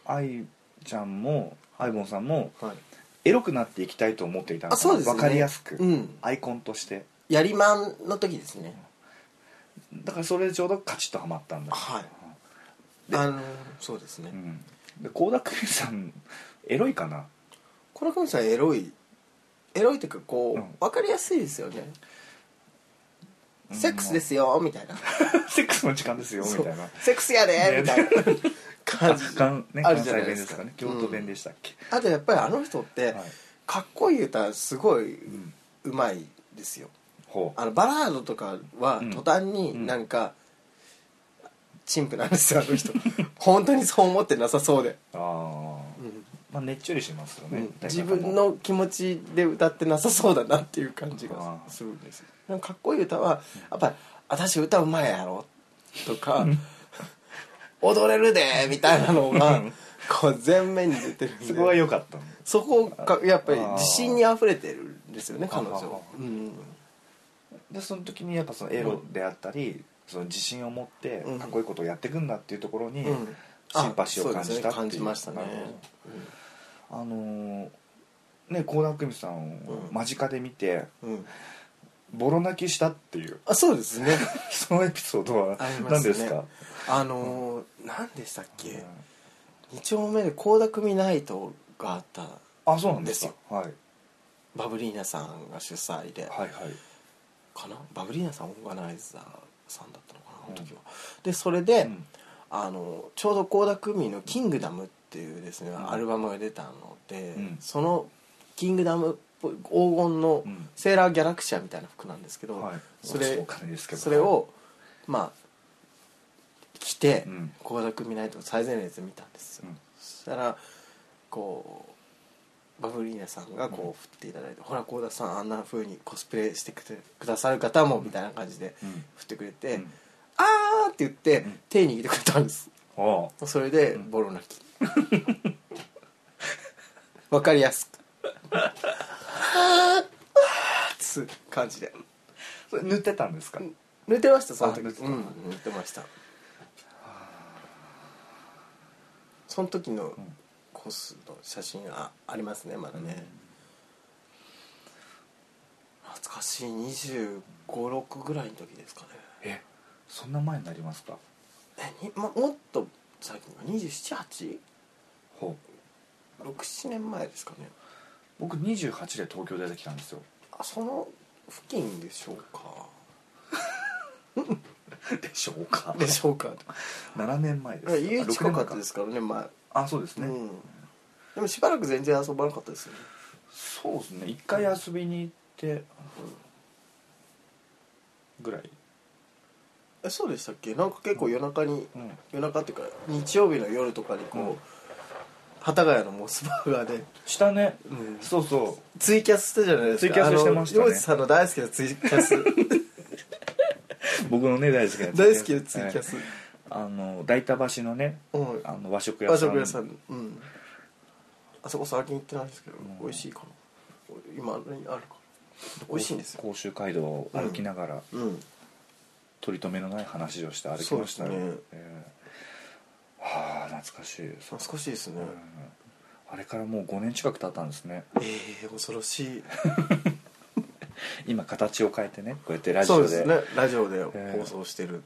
Speaker 2: 愛ちゃんもアイボンさんも
Speaker 1: はい
Speaker 2: エロくなっていきたいと思っていたの
Speaker 1: あそうですね
Speaker 2: 分かりやすく、
Speaker 1: うん
Speaker 2: アイコンとして
Speaker 1: やりまんの時ですね
Speaker 2: だからそれでちょうどカチッとはまったんだ
Speaker 1: はいあのそうですね
Speaker 2: うんで倖田來未さんエロいかな
Speaker 1: この神さんエロいエロいというかこう、
Speaker 2: うん
Speaker 1: 分かりやすいですよね、
Speaker 2: うん
Speaker 1: セックスですよみたいな
Speaker 2: セックスの時間ですよみ
Speaker 1: そう
Speaker 2: たいな
Speaker 1: セックスやでみたいな
Speaker 2: あ
Speaker 1: 感じ
Speaker 2: かんね
Speaker 1: あ
Speaker 2: 関
Speaker 1: るじ
Speaker 2: 西
Speaker 1: ゃない
Speaker 2: 弁で
Speaker 1: です
Speaker 2: す
Speaker 1: か
Speaker 2: かね京都弁でしたっけ、
Speaker 1: あとやっぱりあの人って、
Speaker 2: はい
Speaker 1: かっこいい歌すごい
Speaker 2: うん
Speaker 1: うまいですよ
Speaker 2: ほう
Speaker 1: あのバラードとかは
Speaker 2: うん
Speaker 1: 途端になんか、チンプなんですよあの人本当にそう思ってなさそうで、
Speaker 2: あーまあねっちょりしますよ
Speaker 1: う
Speaker 2: ね、
Speaker 1: ん
Speaker 2: 大
Speaker 1: 自
Speaker 2: 体も
Speaker 1: 分の気持ちで歌ってなさそうだなっていう感じが
Speaker 2: あー
Speaker 1: するんですよなんかかっこいい歌はやっぱり「私歌うまいやろ」とか「踊れるで」みたいなのがこう前面に出てるんで
Speaker 2: そこは良かったの
Speaker 1: そこがやっぱり
Speaker 2: あー
Speaker 1: 自信にあふれてるんですよね彼
Speaker 2: あー
Speaker 1: 女、うん、
Speaker 2: でその時にやっぱそのエロであったり、その自信を持って
Speaker 1: うん
Speaker 2: かっこいいことをやっていくんだっていうところに、
Speaker 1: うん
Speaker 2: シンパシーを
Speaker 1: あ
Speaker 2: 感じ
Speaker 1: そうですね
Speaker 2: たっていう
Speaker 1: 感じましたね
Speaker 2: なるあのーね倖田來未さんを
Speaker 1: うん
Speaker 2: 間近で見て、
Speaker 1: うん、うん
Speaker 2: ボロ泣きしたっていう
Speaker 1: あそうです ね
Speaker 2: そのエピソードは
Speaker 1: ありま
Speaker 2: 何
Speaker 1: す
Speaker 2: で
Speaker 1: ね
Speaker 2: すか
Speaker 1: あのー何でしたっ
Speaker 2: うん
Speaker 1: け2丁目で倖田來未ナイトがあった
Speaker 2: あそうなんですかはい、
Speaker 1: バブリーナさんが主催で、
Speaker 2: はいはい
Speaker 1: かなバブリーナさんオーガナイザーさんだったのかなあの時は、でそれで、
Speaker 2: うん
Speaker 1: あのちょうど倖田來未の「キングダム」っていうですね、
Speaker 2: ん
Speaker 1: アルバムが出たので、
Speaker 2: うん
Speaker 1: その「キングダム」っぽい黄金の
Speaker 2: うん
Speaker 1: セーラーギャラクシアみたいな服なんですけど、
Speaker 2: はい
Speaker 1: それ
Speaker 2: お金ですけど
Speaker 1: それをまあ着て
Speaker 2: うん
Speaker 1: 倖、田來未ナイトの最前列で見たんですよ、
Speaker 2: うん
Speaker 1: そしたらこうバブリーナさんがこう振っていただいて「ほら倖田さんあんな風にコスプレしてくてくださる方も」みたいな感じで
Speaker 2: うん
Speaker 1: 振ってくれて「
Speaker 2: うん
Speaker 1: あー」って言って、
Speaker 2: うん
Speaker 1: 手握ってくれたんです
Speaker 2: あ
Speaker 1: それでボロ泣きわ、かりやすく「あーあー」つう感じで
Speaker 2: あそれ塗ってたんですか、
Speaker 1: 寝てましたその時
Speaker 2: あ寝てた
Speaker 1: うん寝てましたその時の
Speaker 2: ん
Speaker 1: コースの写真がありますねまだね、懐かしい2 5 6ぐらいの時ですかね
Speaker 2: えそんな前になりますか
Speaker 1: えに、ま、もっと最近2 7
Speaker 2: ほう
Speaker 1: 8 6 7年前ですかね
Speaker 2: 僕28で東京出てきたんですよ
Speaker 1: あその付近でしょうか
Speaker 2: でしょう か
Speaker 1: でしょうか
Speaker 2: 7年前です
Speaker 1: 家近かったですすからね前、
Speaker 2: あそうです
Speaker 1: う
Speaker 2: ね、
Speaker 1: んでもしばらく全然遊ばなかったですよね
Speaker 2: そうですね一回遊びに行ってぐらい、
Speaker 1: えそうでしたっけなんか結構夜中に、
Speaker 2: うん、
Speaker 1: 夜中っていうか日曜日の夜とかにこう、
Speaker 2: うん
Speaker 1: 幡ヶ谷のモスバーガーで、
Speaker 2: したねそうそ
Speaker 1: ツイキャスしたじゃないですか
Speaker 2: ツイキャスしてましたね
Speaker 1: あの洋一さんの大好きなツイキャ ス
Speaker 2: う僕のね大好きな
Speaker 1: 大好きなツイキャ
Speaker 2: はい
Speaker 1: ス、
Speaker 2: あの大田橋のね
Speaker 1: うん
Speaker 2: あの和食屋
Speaker 1: 和
Speaker 2: さん
Speaker 1: 食屋さんうんあそこ最近行ってないんですけど、
Speaker 2: ん
Speaker 1: 美味しいかな今あれにあるかな美味しいんですよ
Speaker 2: 甲州街道を歩きながら、
Speaker 1: うん
Speaker 2: 取り留めのない話をして歩きましたよ
Speaker 1: そうですね
Speaker 2: ええはあ懐かしいそう
Speaker 1: 懐かしいですね、
Speaker 2: うんあれからもう5年近く経ったんですね
Speaker 1: ええー、恐ろしい
Speaker 2: 今形を変えてねこうやってラジ
Speaker 1: そう
Speaker 2: オ
Speaker 1: で
Speaker 2: です
Speaker 1: ねラジオで
Speaker 2: ええ
Speaker 1: 放送してる、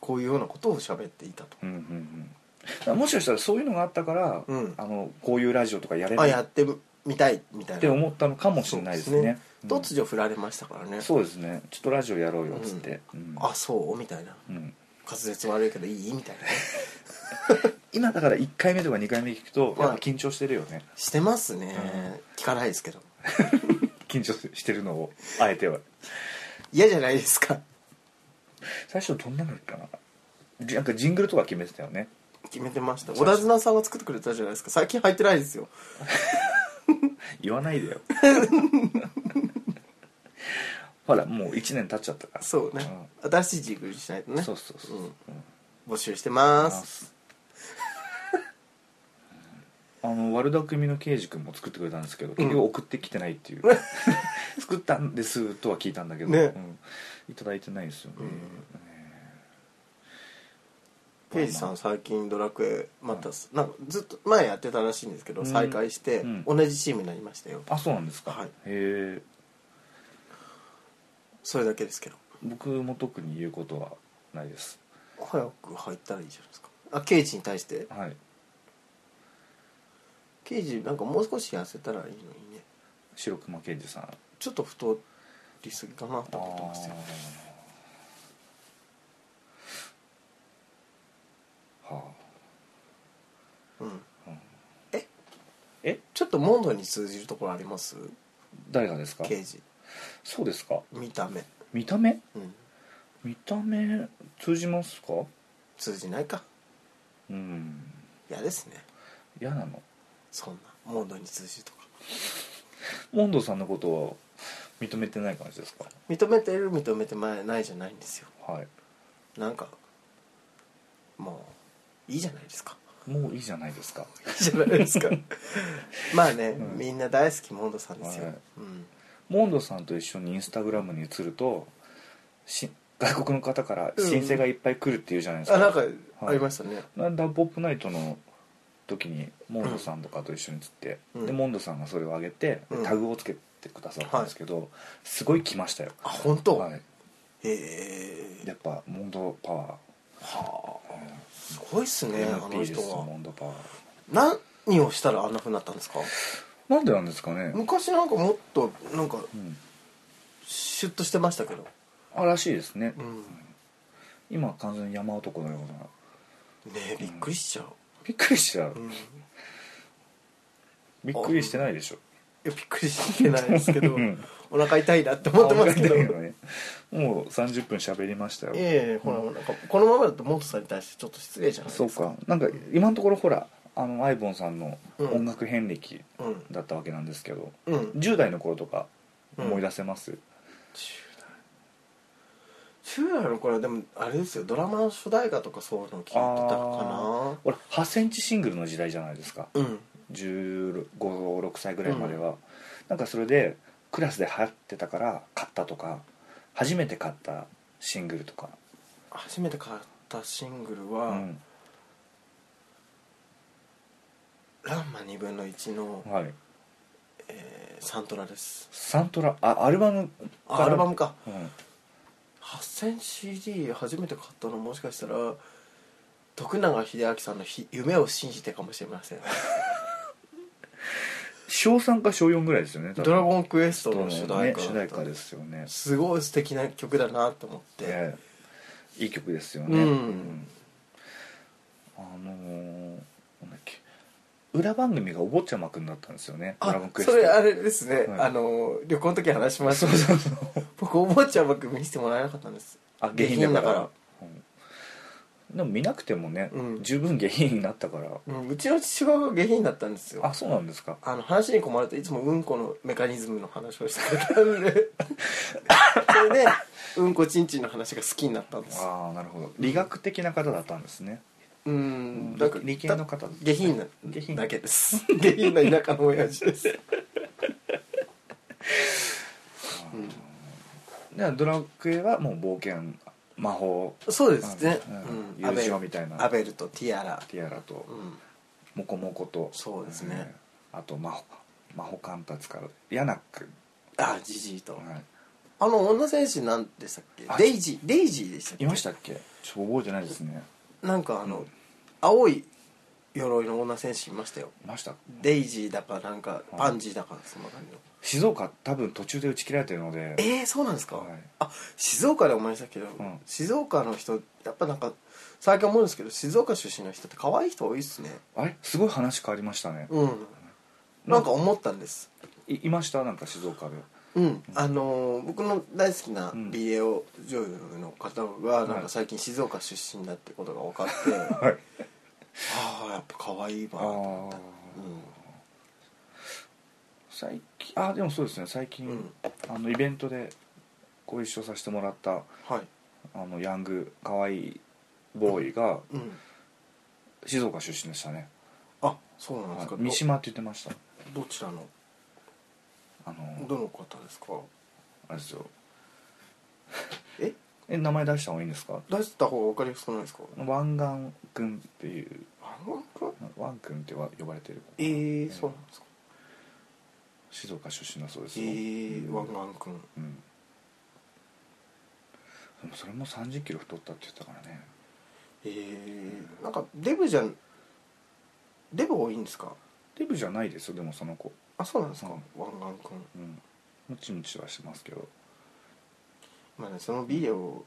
Speaker 1: こういうようなことを喋っていたと、
Speaker 2: うんうんうんだからもしかしたらそういうのがあったから、
Speaker 1: うん
Speaker 2: あのこういうラジオとかやれ
Speaker 1: あ
Speaker 2: ない
Speaker 1: やっ
Speaker 2: っ
Speaker 1: てみたいみたいな
Speaker 2: て思ったのかもしれないですね
Speaker 1: そうですね突如振られましたからね、
Speaker 2: うんそうですねちょっとラジオやろうよっつって、うん
Speaker 1: あそうみたいな
Speaker 2: うん
Speaker 1: 滑舌悪いけどいいみ たいな
Speaker 2: 今だから1回目とか2回目聞くと
Speaker 1: はい
Speaker 2: やっぱ緊張してるよね
Speaker 1: してますね、
Speaker 2: うん
Speaker 1: 聞かないですけど
Speaker 2: 緊張してるのをあえては
Speaker 1: 嫌じゃないですか
Speaker 2: 最初どんなのかなじなんかジングルとか決めてたよね
Speaker 1: 決めてました小田綱さんが作ってくれたじゃないですか最近入ってないですよ
Speaker 2: 言わないでよ ほらもう1年経っちゃったから
Speaker 1: そうね、新しいジーグルにしないとね
Speaker 2: そうそうそう、
Speaker 1: う
Speaker 2: うんん
Speaker 1: 募集してます
Speaker 2: あの悪巧みの刑事君も作ってくれたんですけど結局送ってきてないっ ていう、作ったんですとは聞いたんだけど、
Speaker 1: ね
Speaker 2: うんいただいてないですよね、
Speaker 1: うん
Speaker 2: ね
Speaker 1: ペイジさん最近ドラクエまたす、なんかずっと前やってたらしいんですけど、
Speaker 2: うん
Speaker 1: 再開して
Speaker 2: うん
Speaker 1: 同じチームになりましたよ、
Speaker 2: あそうなんですか、
Speaker 1: はい
Speaker 2: へえ
Speaker 1: それだけですけど
Speaker 2: 僕も特に言うことはないです
Speaker 1: 早く入ったらいいじゃないですかあ刑事に対して
Speaker 2: はい
Speaker 1: 刑事なんかもう少し痩せたらいいのにね
Speaker 2: 白熊刑事さん
Speaker 1: ちょっと太りすぎかなと思ってますよ
Speaker 2: あーは
Speaker 1: うん
Speaker 2: あ、うん
Speaker 1: えちょっとモンドに通じるところあります
Speaker 2: 誰がですか
Speaker 1: 刑事
Speaker 2: そうですか
Speaker 1: 見た目
Speaker 2: 見た目
Speaker 1: うん
Speaker 2: 見た目通じますか
Speaker 1: 通じないか
Speaker 2: うん
Speaker 1: 嫌ですね
Speaker 2: 嫌なの
Speaker 1: そんなモンドに通じるとか
Speaker 2: モンドさんのことを認めてない感じですか
Speaker 1: 認めてる認めてないじゃないんですよ
Speaker 2: はい
Speaker 1: なんかもういいじゃないですか
Speaker 2: もういいじゃないですか
Speaker 1: いいじゃないです かまあね、
Speaker 2: うん
Speaker 1: みんな大好きモンドさんですよ、
Speaker 2: はい
Speaker 1: うん、
Speaker 2: モンドさんと一緒にインスタグラムに移るとし外国の方から申請がいっぱい来るっていうじゃないですか、
Speaker 1: あなんかありましたね、
Speaker 2: なんダンポップナイトの時にモンドさんとかと一緒に釣って、
Speaker 1: うん
Speaker 2: でモンドさんがそれを上げて、で
Speaker 1: うん
Speaker 2: タグをつけてくださったんですけど、すごい来ましたよ
Speaker 1: あ本当、
Speaker 2: はい、
Speaker 1: へえ
Speaker 2: やっぱモンドパワ
Speaker 1: はあすごいっす
Speaker 2: ー、
Speaker 1: ねあ
Speaker 2: NP
Speaker 1: の
Speaker 2: です
Speaker 1: 人は
Speaker 2: モンドパワー
Speaker 1: 何をしたらあんなふうになったんですか
Speaker 2: なんでなんですかね、
Speaker 1: 昔なんかもっとなんか
Speaker 2: うん、
Speaker 1: シュッとしてましたけど
Speaker 2: あらしいですね、
Speaker 1: うん
Speaker 2: 今完全に山男のような
Speaker 1: ねえびっくりしちゃう、
Speaker 2: びっくりしちゃう、
Speaker 1: うん、い
Speaker 2: びっくりしてないでしょ
Speaker 1: やびっくりしてないですけど、
Speaker 2: うん
Speaker 1: お腹痛いなって思ってますけど
Speaker 2: あ俺だねもう30分喋りましたよ
Speaker 1: いやいやほらなんかこのままだとモントさんに対してちょっと失礼じゃない
Speaker 2: そ
Speaker 1: で
Speaker 2: う
Speaker 1: すか
Speaker 2: かなんか今のところほらあのアイボンさんの音楽遍歴、
Speaker 1: そう
Speaker 2: だったわけなんですけど
Speaker 1: うんうん
Speaker 2: 10代の頃とか思い出せます、
Speaker 1: 中代の頃はでもあれですよドラマの主題歌とかそういうの聞いてた
Speaker 2: あ
Speaker 1: か
Speaker 2: 俺8センチシングルの時代じゃないですか
Speaker 1: なうん
Speaker 2: 1516歳ぐらいまでは、なんかそれでクラスで流行ってたから買ったとか初めて買ったシングルとか、
Speaker 1: 初めて買ったシングル
Speaker 2: う
Speaker 1: は
Speaker 2: ん
Speaker 1: 「ランマ2分の1」の
Speaker 2: はい、
Speaker 1: えーサントラです
Speaker 2: サントラあアルバムから
Speaker 1: あアルバムか
Speaker 2: うん、
Speaker 1: 8000CD 初めて買ったのもしかしたら徳永英明さんのひ「夢を信じて」かもしれませ ん
Speaker 2: 小3か小4ぐらいですよね
Speaker 1: 「ドラ
Speaker 2: ン
Speaker 1: ゴンクエスト」
Speaker 2: の
Speaker 1: の
Speaker 2: ね
Speaker 1: 主題歌
Speaker 2: 主
Speaker 1: だ
Speaker 2: 題
Speaker 1: っ
Speaker 2: 歌
Speaker 1: た
Speaker 2: ですよね
Speaker 1: すごい素敵な曲だなと思って、
Speaker 2: ええいい曲ですよね、
Speaker 1: うん
Speaker 2: あのーなんだっけ裏番組がお坊ちゃまくんだったんですよねドラゴンクエスト
Speaker 1: それあれですね、
Speaker 2: はい
Speaker 1: あの旅行の時話しましたそうそうそう僕お坊ちゃまく見せてもらえなかったんです
Speaker 2: あ下品だか
Speaker 1: 下
Speaker 2: ら
Speaker 1: 品だか
Speaker 2: うんでも見なくてもね、
Speaker 1: うん
Speaker 2: 十分下品になったから、
Speaker 1: らうんうちの父親が下品だったんですよ
Speaker 2: あそうなんですか
Speaker 1: あの話に困るといつもうんこのメカニズムの話をしてくれた んでそれでうんこちんちんの話が好きになったんです
Speaker 2: ああなるほど理学的な方だったんですね
Speaker 1: うん
Speaker 2: 理理系の方
Speaker 1: 下品な
Speaker 2: 下品
Speaker 1: だけです 下品な田舎の親父です
Speaker 2: でドラクエはもう冒険魔法
Speaker 1: そうですね、
Speaker 2: うん友情みたいな
Speaker 1: アベルとティアラ、
Speaker 2: ティアラと、
Speaker 1: うん、
Speaker 2: モコモコと
Speaker 1: そうですね
Speaker 2: えーあとマホマホカンタ使うヤナック
Speaker 1: あジジイと、
Speaker 2: はい
Speaker 1: あの女戦士なんでしたっけ
Speaker 2: あ
Speaker 1: デイジーデイジーでしたっ
Speaker 2: いましたっけちょっと覚えてないですね
Speaker 1: けなんかあの、
Speaker 2: うん
Speaker 1: 青い鎧の女戦士いましたよ
Speaker 2: いました
Speaker 1: デイジーだかなんか
Speaker 2: い
Speaker 1: パンジーだかそんな感じの、
Speaker 2: 静岡多分途中で打ち切られてるので
Speaker 1: えー、そうなんですか、
Speaker 2: はい
Speaker 1: あ静岡でお前したけど、
Speaker 2: ん
Speaker 1: 静岡の人やっぱなんか最近思うんですけど静岡出身の人って可愛い人多いっすね
Speaker 2: あれすごい話変わりましたね
Speaker 1: うんなんか思ったんです
Speaker 2: いいましたなんか静岡で
Speaker 1: うんあのー僕の大好きな
Speaker 2: うん
Speaker 1: ビデオ女優の方がなん
Speaker 2: は
Speaker 1: か
Speaker 2: い
Speaker 1: 最近静岡出身だってことが分かって、
Speaker 2: はい
Speaker 1: ああやっぱ可愛い
Speaker 2: あ
Speaker 1: わと思っ
Speaker 2: あ
Speaker 1: た
Speaker 2: 最近あでもそうですね最近、
Speaker 1: うん
Speaker 2: あのイベントでご一緒させてもらった
Speaker 1: うんはい
Speaker 2: あのヤングかわいいボーイが
Speaker 1: うん
Speaker 2: 静岡出身でしたね、
Speaker 1: あそうなんですか
Speaker 2: はい三島って言ってました
Speaker 1: どどちらの
Speaker 2: あの
Speaker 1: どの方ですか
Speaker 2: あれですよ
Speaker 1: え
Speaker 2: え名前出した方がいいんですか
Speaker 1: 出した方が分かりやすくないですか
Speaker 2: 湾岸君っていう
Speaker 1: あ本当
Speaker 2: 湾君っては呼ばれてる
Speaker 1: えーそうなんですか
Speaker 2: 静岡出身だそうです
Speaker 1: え
Speaker 2: よ
Speaker 1: ー、ワン
Speaker 2: うん
Speaker 1: ガン君
Speaker 2: うんでもそれも3 0キロ太ったって言ってたからね
Speaker 1: えー、なんかデブじゃんデブ多いんですか
Speaker 2: デブじゃないですよでもその子
Speaker 1: あそうなんですか、
Speaker 2: う
Speaker 1: ワンガン君
Speaker 2: うんムチムチはしてますけど
Speaker 1: まあねそのビデオを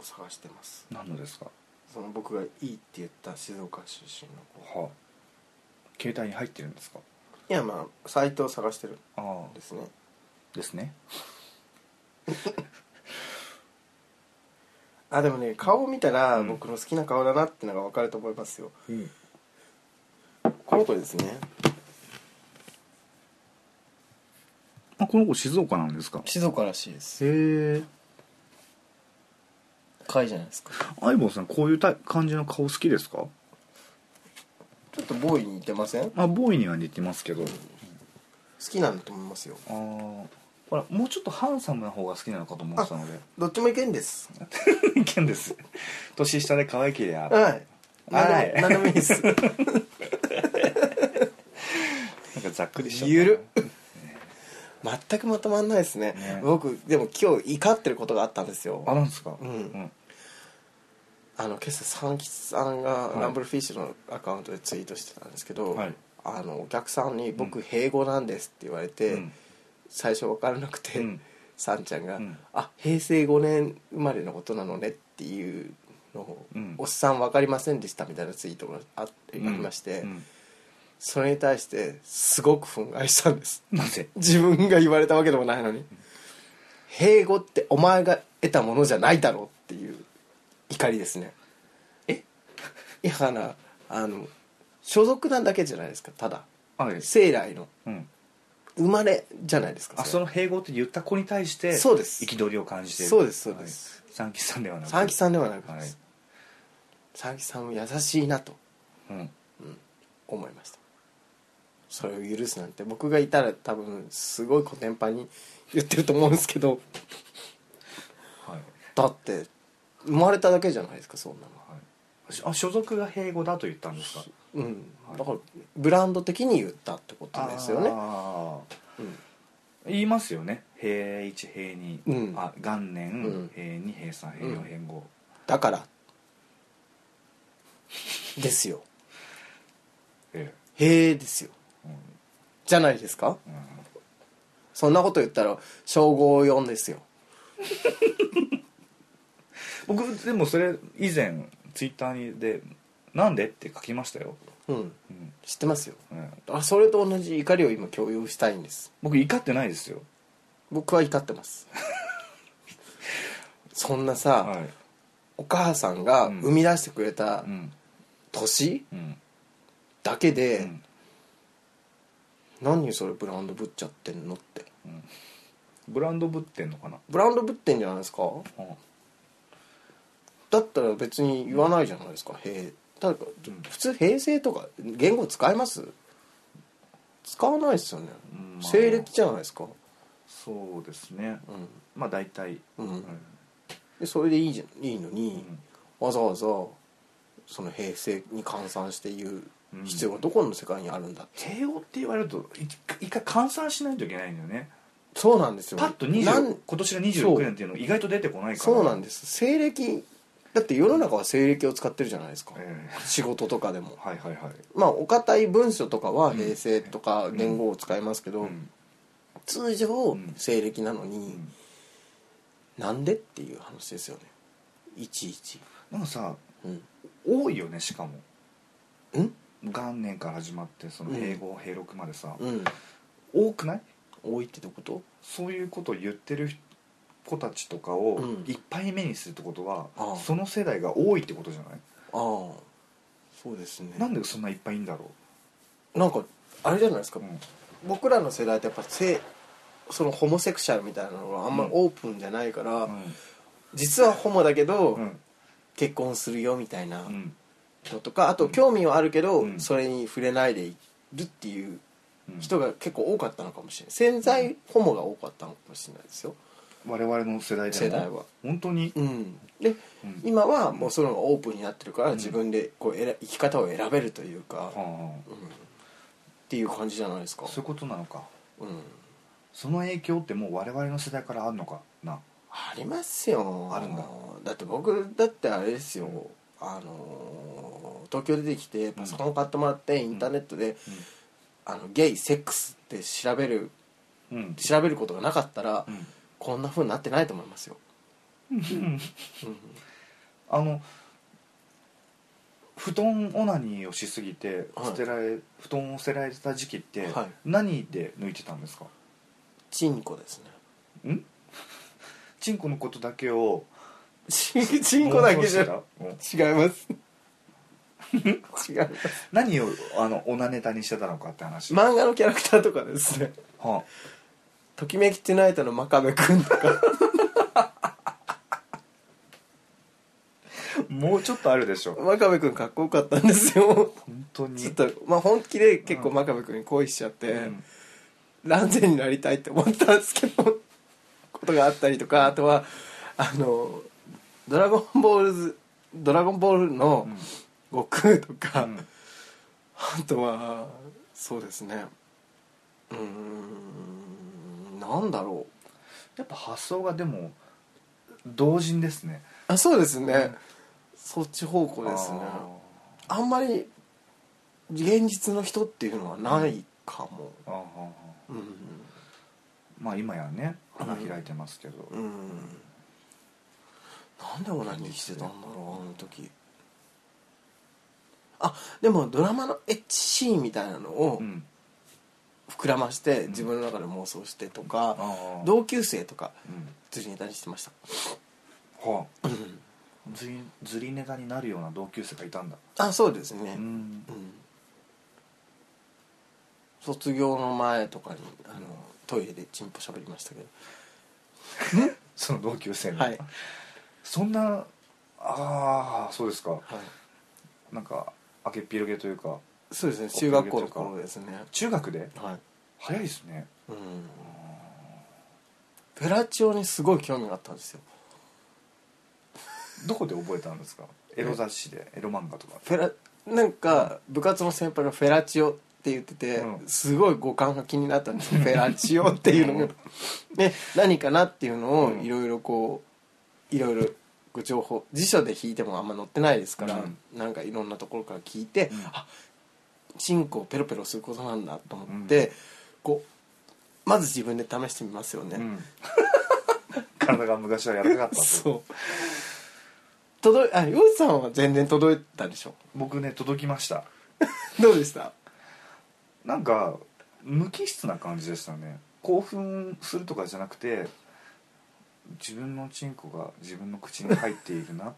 Speaker 1: 探してます
Speaker 2: 何のですか
Speaker 1: その僕がいいって言った静岡出身の子
Speaker 2: は携帯に入ってるんですか
Speaker 1: いやまあサイトを探してるん
Speaker 2: ああ
Speaker 1: ですね
Speaker 2: ですね
Speaker 1: あでもね顔を見たら
Speaker 2: うん
Speaker 1: 僕の好きな顔だなってのが分かると思いますよ、
Speaker 2: うん
Speaker 1: この子ですね
Speaker 2: あこの子静岡なんですか
Speaker 1: 静岡らしいです
Speaker 2: え
Speaker 1: かいじゃないですか
Speaker 2: 相棒さんこういうタイ感じの顔好きですか
Speaker 1: ちょっとボーイに似てません好
Speaker 2: まあボーイには似てますけど
Speaker 1: きなんだと思いますよ
Speaker 2: ああほらもうちょっとハンサムな方が好きなのかと思ってたので
Speaker 1: どっちもいけんです
Speaker 2: 意見です年下で可愛けりゃなんか
Speaker 1: はい何でも何でもいい です
Speaker 2: ざっくりしちゃった
Speaker 1: ゆる 全くまとまんないですね
Speaker 2: ね
Speaker 1: 僕でも今日怒ってることがあったんですよ
Speaker 2: あなんですか
Speaker 1: うん
Speaker 2: うん
Speaker 1: あの今朝三吉さんが
Speaker 2: い
Speaker 1: ランブルフィッシュのアカウントでツイートしてたんですけど、
Speaker 2: はい
Speaker 1: あのお客さんに「
Speaker 2: う
Speaker 1: 僕
Speaker 2: ん
Speaker 1: 英語なんです」って言われて、
Speaker 2: うん
Speaker 1: 最初分からなくて、
Speaker 2: うん
Speaker 1: さんちゃんが「
Speaker 2: うん
Speaker 1: あ平成5年生まれのことなのね」っていうのを、
Speaker 2: うん
Speaker 1: おっさん分かりませんでしたみたいなツイートがあありまして、
Speaker 2: うん
Speaker 1: それに対してすごく憤慨したんです
Speaker 2: なぜ
Speaker 1: 自分が言われたわけでもないのに「英語ってお前が得たものじゃないだろ」っていう怒りですね えいやだからあの所属なだけじゃないですかただ
Speaker 2: はい
Speaker 1: 生来の
Speaker 2: うん
Speaker 1: 生まれじゃないですか
Speaker 2: あそ
Speaker 1: れ
Speaker 2: の併合って言った子に対して
Speaker 1: そうです
Speaker 2: 憤りを感じている
Speaker 1: そうですそうです
Speaker 2: はい三木さんではなく
Speaker 1: 三木さんではなく
Speaker 2: はい
Speaker 1: 佐々木さんも優しいなと
Speaker 2: うん
Speaker 1: 思いましたそれを許すなんて僕がいたら多分すごいコテンパンに言ってると思うんですけど
Speaker 2: はい
Speaker 1: だって生まれただけじゃないですかそんなの
Speaker 2: はいあ所属が併合だと言ったんですか
Speaker 1: うん
Speaker 2: はい
Speaker 1: だからブランド的に言ったってことですよね
Speaker 2: あ
Speaker 1: う
Speaker 2: ー
Speaker 1: ん
Speaker 2: 言いますよね平一平二、
Speaker 1: うん
Speaker 2: あ元年、
Speaker 1: うん
Speaker 2: 平二平三平
Speaker 1: うん
Speaker 2: 四平五、
Speaker 1: だからですよ
Speaker 2: え
Speaker 1: へえですよ
Speaker 2: え
Speaker 1: じゃないですか
Speaker 2: うんうん
Speaker 1: そんなこと言ったら称号4ですよ
Speaker 2: 僕でもそれ以前ツイッターにで「なんで?」って書きましたよ、
Speaker 1: うん
Speaker 2: うん
Speaker 1: 知ってますよ
Speaker 2: うん
Speaker 1: あそれと同じ怒りを今共有したいんです
Speaker 2: 僕怒ってないですよ
Speaker 1: 僕は怒ってます そんなさ、
Speaker 2: はい
Speaker 1: お母さんが生み出してくれた
Speaker 2: うん
Speaker 1: 年
Speaker 2: うん
Speaker 1: だけで、
Speaker 2: うん
Speaker 1: 何それブランドぶっちゃってんのって
Speaker 2: うんブランドぶってんのかな、
Speaker 1: ブランドぶってんじゃないですか
Speaker 2: うん
Speaker 1: だったら別に言わないじゃないですか平だから普通平成とか言語使います使わないですよね、
Speaker 2: うん
Speaker 1: 西暦じゃないですか
Speaker 2: そうですね
Speaker 1: うん
Speaker 2: まあ大体、
Speaker 1: うん
Speaker 2: うん
Speaker 1: でそれでいいじゃいいの
Speaker 2: う
Speaker 1: に、
Speaker 2: ん
Speaker 1: わざわざその平成に換算して言
Speaker 2: うん
Speaker 1: う必要がどこの世界にあるんだって、
Speaker 2: 併合って言われると一回一回換算しないといけないんだよね
Speaker 1: そうなんですよ
Speaker 2: パッと
Speaker 1: な
Speaker 2: 20
Speaker 1: ん
Speaker 2: 今年の26年っていうの意外と出てこないから
Speaker 1: そうなん
Speaker 2: す、
Speaker 1: です西暦だって世の中は西暦を使ってるじゃないですか
Speaker 2: え
Speaker 1: 仕事とかでも
Speaker 2: えはいはいはい、
Speaker 1: まあお堅い文書とかは平成とか
Speaker 2: うん
Speaker 1: 元号を使いますけど、
Speaker 2: うん
Speaker 1: 通常
Speaker 2: ん
Speaker 1: 西暦なのに、
Speaker 2: うん
Speaker 1: なんでっていう話ですよねいちいち
Speaker 2: なんかさ
Speaker 1: うん
Speaker 2: 多いよねしかも
Speaker 1: うん
Speaker 2: 元年から始まってその
Speaker 1: うん
Speaker 2: 平五平六までさ、
Speaker 1: うん
Speaker 2: 多くない
Speaker 1: 多いってどういうこと
Speaker 2: そういうことを言ってる子たちとかを
Speaker 1: うん
Speaker 2: いっぱい目にするってことは、
Speaker 1: ああ
Speaker 2: その世代が多いってことじゃない、
Speaker 1: ああそうですね
Speaker 2: なんでそんないっぱいいんだろ
Speaker 1: なんかあれじゃないですか、
Speaker 2: う、うん
Speaker 1: 僕らの世代ってやっぱ性そのホモセクシャルみたいなのがあんまりオープンじゃないから、実はホモだけど、
Speaker 2: うん
Speaker 1: 結婚するよみたいな
Speaker 2: うん
Speaker 1: のとかあと興味はあるけど、
Speaker 2: うん
Speaker 1: それに触れないでいるっていう
Speaker 2: うん
Speaker 1: 人が結構多かったのかもしれない潜在ホモが多かったのかもしれないですよ
Speaker 2: 我々の世代でも
Speaker 1: 世代は
Speaker 2: 本当に、
Speaker 1: うんで
Speaker 2: うん
Speaker 1: 今はもうそういうのがオープンになってるから、
Speaker 2: うん
Speaker 1: 自分でこうえら生き方を選べるというか、うんっ
Speaker 2: は
Speaker 1: ていう感じじゃないですか
Speaker 2: あ、そういうことなのか
Speaker 1: うん
Speaker 2: その影響ってもう我々の世代からあるのかな
Speaker 1: ありますよ
Speaker 2: あるんだ
Speaker 1: だって僕だってあれですよ、あのー東京出てきてパソコン買ってもらってインターネットで、あのゲイセックスって調べる
Speaker 2: うん、うん
Speaker 1: 調べることがなかったら、
Speaker 2: うん
Speaker 1: こんなふうになってないと思いますよ、
Speaker 2: あの布団オナニーをしすぎて
Speaker 1: はい
Speaker 2: 捨てられ、布団を捨てられた時期って
Speaker 1: はい
Speaker 2: 何で抜いてたんですか、
Speaker 1: チンコですね
Speaker 2: ん チンコのことだけを
Speaker 1: チ チンコだけじゃ
Speaker 2: 妄想してたうん
Speaker 1: 違います違います
Speaker 2: 何をあのオナネタにしてたのかって話、
Speaker 1: 漫画のキャラクターとかですね
Speaker 2: は
Speaker 1: 「ときめきテナイト」の真壁君とか
Speaker 2: あもうちょっとあるでしょ
Speaker 1: 真壁君かっこよかったんですよ
Speaker 2: 本当に
Speaker 1: ちょっとまあ本気で結構真壁君に恋しちゃって、
Speaker 2: うん
Speaker 1: 乱世になりたいって思ったんですけどことがあったりとかあとはあの「ドラゴンボールズ」「ドラゴンボール」の
Speaker 2: うん
Speaker 1: 悟空とか、
Speaker 2: うん
Speaker 1: あとはそうですねうーんなんだろう
Speaker 2: やっぱ発想がでも同人ですね
Speaker 1: あそうですね、そっち方向ですね
Speaker 2: あ
Speaker 1: あんまり現実の人っていうのはないかも
Speaker 2: ーあーあー
Speaker 1: うん
Speaker 2: まあ今やね花開いてますけど、
Speaker 1: うんなんでオナニーしてたんだろうあの時あでもドラマのエッチシーンみたいなのを
Speaker 2: うん
Speaker 1: 膨らまして自分の中で妄想してとか、
Speaker 2: ああ
Speaker 1: 同級生とか
Speaker 2: うん
Speaker 1: 釣りネタにしてました
Speaker 2: はあずりずりネタになるような同級生がいたんだ
Speaker 1: あそうですね
Speaker 2: う
Speaker 1: うん、
Speaker 2: ん
Speaker 1: 卒業の前とかにあのトイレでチンポ喋りましたけど
Speaker 2: その同級生の、
Speaker 1: はい
Speaker 2: そんなああそうですか
Speaker 1: はい
Speaker 2: なんか明けっぴろげというか
Speaker 1: そうですね中学校の頃ですね
Speaker 2: 中学で
Speaker 1: はい
Speaker 2: 早いですね
Speaker 1: うんペラチオにすごい興味があったんですよ
Speaker 2: どこで覚えたんですかエロ雑誌でエロ漫画とか
Speaker 1: フェラなんか部活の先輩が「フェラチオ」って言ってて、
Speaker 2: うん
Speaker 1: すごい五感が気になったん ですよフェラチオっていうのがで何かなっていうのを
Speaker 2: うん
Speaker 1: いろいろこういろいろこう情報辞書で引いてもあんま載ってないですから、
Speaker 2: うん
Speaker 1: なんかいろんなところから聞いて、
Speaker 2: うん
Speaker 1: あチンコをペロペロすることなんだと思って、こうまず自分で試してみますよね、
Speaker 2: うん、 体が昔はやらなかったって
Speaker 1: そう届いあヨウジさんは全然届いたでしょ
Speaker 2: 僕ね届きました
Speaker 1: どうでした
Speaker 2: なんか無機質な感じでしたね興奮するとかじゃなくて自分のチンコが自分の口に入ってい るな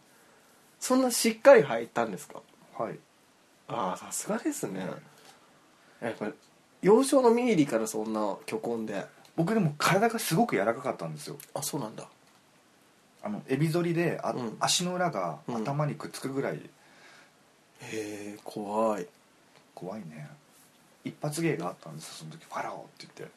Speaker 1: そんなしっかり入ったんですか
Speaker 2: はい
Speaker 1: ああさすがですねやっぱり幼少のミリリからそんな虚婚で
Speaker 2: 僕でも体がすごく柔らかかったんですよ
Speaker 1: あそうなんだ
Speaker 2: あのエビ反りであ、
Speaker 1: うん
Speaker 2: 足の裏が
Speaker 1: うん
Speaker 2: 頭にくっつくぐらい
Speaker 1: へえ怖い
Speaker 2: 怖いね一発芸があったんですよその時「ファラオ」って言っ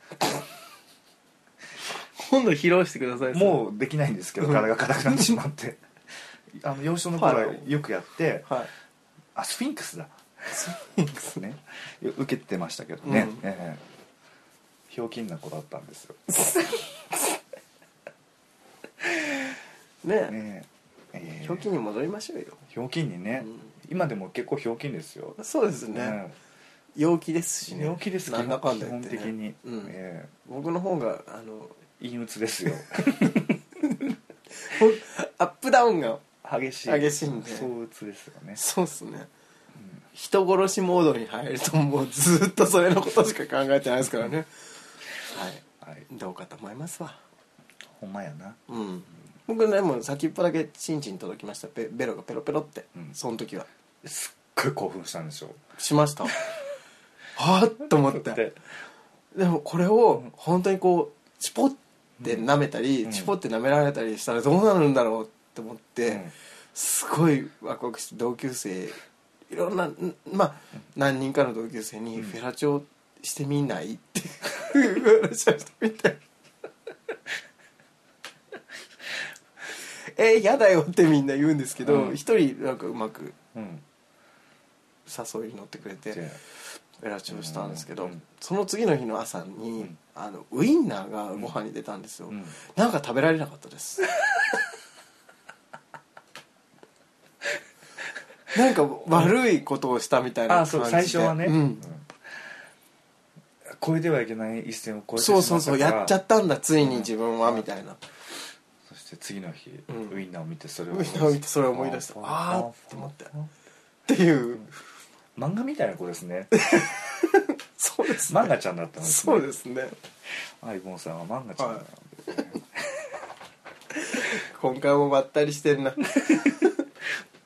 Speaker 1: 今度披露してください
Speaker 2: てもうできないんですけど
Speaker 1: うん
Speaker 2: 体が硬くなってしまって あの幼少の頃
Speaker 1: ファ
Speaker 2: は
Speaker 1: ラオ
Speaker 2: よくやって
Speaker 1: はい
Speaker 2: あスフィンクスだ
Speaker 1: スフィンクス
Speaker 2: ねよ受けてましたけどね、
Speaker 1: うん
Speaker 2: ええひょうきんな子だったんですよ
Speaker 1: ね
Speaker 2: ねええ
Speaker 1: え
Speaker 2: ー
Speaker 1: 表記に戻りましょうよ
Speaker 2: ひょうきんにね、今でも結構ひょうきんですよ、
Speaker 1: そうですね
Speaker 2: ね
Speaker 1: 陽気ですしね
Speaker 2: 陽気です
Speaker 1: なんだかんだ
Speaker 2: 基
Speaker 1: 言っ
Speaker 2: 本
Speaker 1: て、ね、
Speaker 2: 的に、
Speaker 1: うん
Speaker 2: え
Speaker 1: 僕の方があの
Speaker 2: え陰鬱ですよ
Speaker 1: ほんアップダウンが
Speaker 2: 激しい
Speaker 1: 激しいんで
Speaker 2: そう鬱ですよね
Speaker 1: そうっすね人殺しモードに入るともうずっとそれのことしか考えてないですからねはい
Speaker 2: はい
Speaker 1: どうかと思いますわ
Speaker 2: ほんまやな
Speaker 1: うん僕ねもう先っぽだけチンチン届きましたベベロがペロペロって、
Speaker 2: うん
Speaker 1: その時は
Speaker 2: すっごい興奮したんでしょ
Speaker 1: しました はぁっと思っ
Speaker 2: だってて
Speaker 1: でもこれを本当にこうチュポって舐めたり、
Speaker 2: うん
Speaker 1: チュポって舐められたりしたらどうなるんだろうって思って、
Speaker 2: うん
Speaker 1: すごいワクワクして同級生いろんなうんまあ何人かの同級生に「フェラチオしてみない?」っていう話をしてみたい えー、やだよってみんな言うんですけ
Speaker 2: う
Speaker 1: ど
Speaker 2: ん
Speaker 1: 一、人なんかうまく
Speaker 2: うん
Speaker 1: 誘いに乗ってくれて
Speaker 2: じゃあ
Speaker 1: エラチをしたんですけど、
Speaker 2: うん
Speaker 1: その次の日の朝に、
Speaker 2: うん
Speaker 1: あのウインナーがご飯に出たんですよ、
Speaker 2: うん
Speaker 1: なんか食べられなかったですなんか悪いことをしたみたいな
Speaker 2: あ
Speaker 1: 感
Speaker 2: あ
Speaker 1: じで
Speaker 2: そう最初はね、
Speaker 1: うん
Speaker 2: うん超えてはいけない一線を超えてし
Speaker 1: そ
Speaker 2: ま
Speaker 1: う
Speaker 2: ったか
Speaker 1: そうそ
Speaker 2: ら
Speaker 1: うやっちゃったんだついに自分は、みたいな
Speaker 2: そして次の日、
Speaker 1: うん
Speaker 2: ウインナーを見てそれを
Speaker 1: ウインナーを見てそれを思い出したあーって思ってっていう
Speaker 2: 漫画みたいな子ですね
Speaker 1: そうですね
Speaker 2: 漫画ちゃんだったんですね
Speaker 1: そうですね
Speaker 2: アイボンさんは漫画ちゃんなんですね、
Speaker 1: 今回もばったりしてんな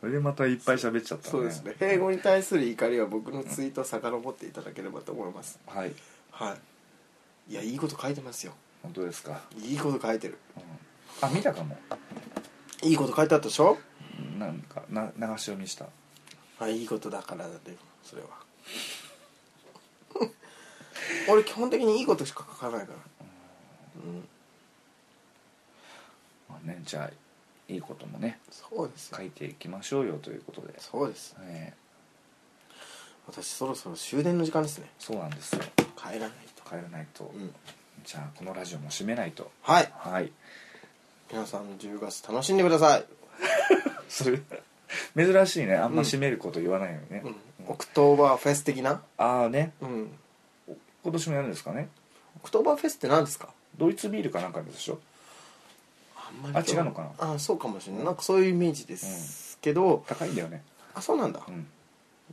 Speaker 2: それでまたいっぱい喋っちゃった、ね、
Speaker 1: そうですね英語に対する怒りは僕のツイートを遡っていただければと思います
Speaker 2: はい
Speaker 1: はいいやいいこと書いてますよ
Speaker 2: 本当ですか、
Speaker 1: いいこと書いてる
Speaker 2: うんあ見たかも
Speaker 1: いいこと書いてあったでしょ
Speaker 2: なんかな流し読みした
Speaker 1: あいいことだからだよそれは 俺基本的にいいことしか書かないからうん
Speaker 2: まあねじゃあいいこともね
Speaker 1: そうですよ
Speaker 2: 書いていきましょうよということで、
Speaker 1: そうです
Speaker 2: え
Speaker 1: 私そろそろ終電の時間ですね
Speaker 2: ーそうなんですよ
Speaker 1: 帰らないと
Speaker 2: 帰らないと、
Speaker 1: うん
Speaker 2: じゃあこのラジオも閉めないと
Speaker 1: はい
Speaker 2: はい
Speaker 1: 皆さん10月楽しんでください、
Speaker 2: それ 珍しいねあんま閉めること言わないよね、
Speaker 1: うん、
Speaker 2: う
Speaker 1: オ
Speaker 2: ん
Speaker 1: クトーバーフェス的な
Speaker 2: ああね
Speaker 1: うん
Speaker 2: 今年もやるんですかね
Speaker 1: オクトーバーフェスって何ですか
Speaker 2: ドイツビールかなんかでしょ
Speaker 1: あんまり興味
Speaker 2: あ違うのか
Speaker 1: あそうかもしれないなんかそういうイメージですけど、
Speaker 2: 高いんだよね
Speaker 1: あそうなんだ、
Speaker 2: うん、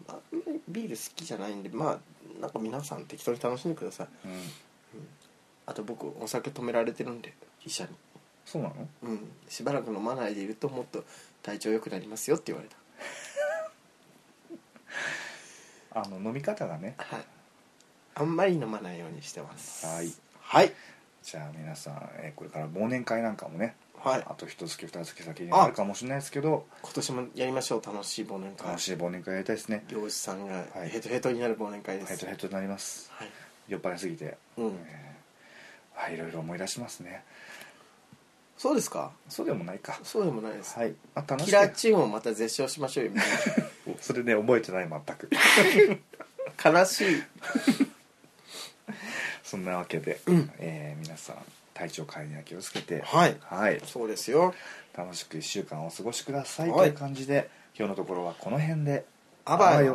Speaker 1: あんまりビール好きじゃないんでまあなんか皆さん適当に楽しんでください
Speaker 2: うん、
Speaker 1: あと僕お酒止められてるんで医者に
Speaker 2: そうなの
Speaker 1: うんしばらく飲まないでいるともっと体調良くなりますよって言われた
Speaker 2: あの飲み方がね
Speaker 1: はいあんまり飲まないようにしてます
Speaker 2: はい
Speaker 1: はい
Speaker 2: じゃあ皆さん、えーこれから忘年会なんかもね
Speaker 1: はい
Speaker 2: あと一月二月先にあるかもしれないですけど
Speaker 1: 今年もやりましょう楽しい忘年会
Speaker 2: 楽しい忘年会やりたいですね
Speaker 1: 漁師さんが
Speaker 2: はい
Speaker 1: ヘトヘトになる忘年会で
Speaker 2: ヘ
Speaker 1: す
Speaker 2: トヘトになります
Speaker 1: はい
Speaker 2: 酔っ払いすぎて、
Speaker 1: うん
Speaker 2: えーはいいろいろ思い出しますね
Speaker 1: そうですか
Speaker 2: そうでもないか
Speaker 1: そうでもないです
Speaker 2: はい、まあ、楽し
Speaker 1: キ
Speaker 2: い
Speaker 1: ラーチームをまた絶唱しましょうよみんな
Speaker 2: それね覚えてない全く
Speaker 1: 悲しい
Speaker 2: そんなわけで、えー皆さん体調管理には気をつけて
Speaker 1: はい
Speaker 2: はい、
Speaker 1: そうですよ
Speaker 2: 楽しく1週間お過ごしください
Speaker 1: は
Speaker 2: と
Speaker 1: い
Speaker 2: いう感じで、今日のところはこの辺で
Speaker 1: あば
Speaker 2: あば
Speaker 1: よ
Speaker 2: よ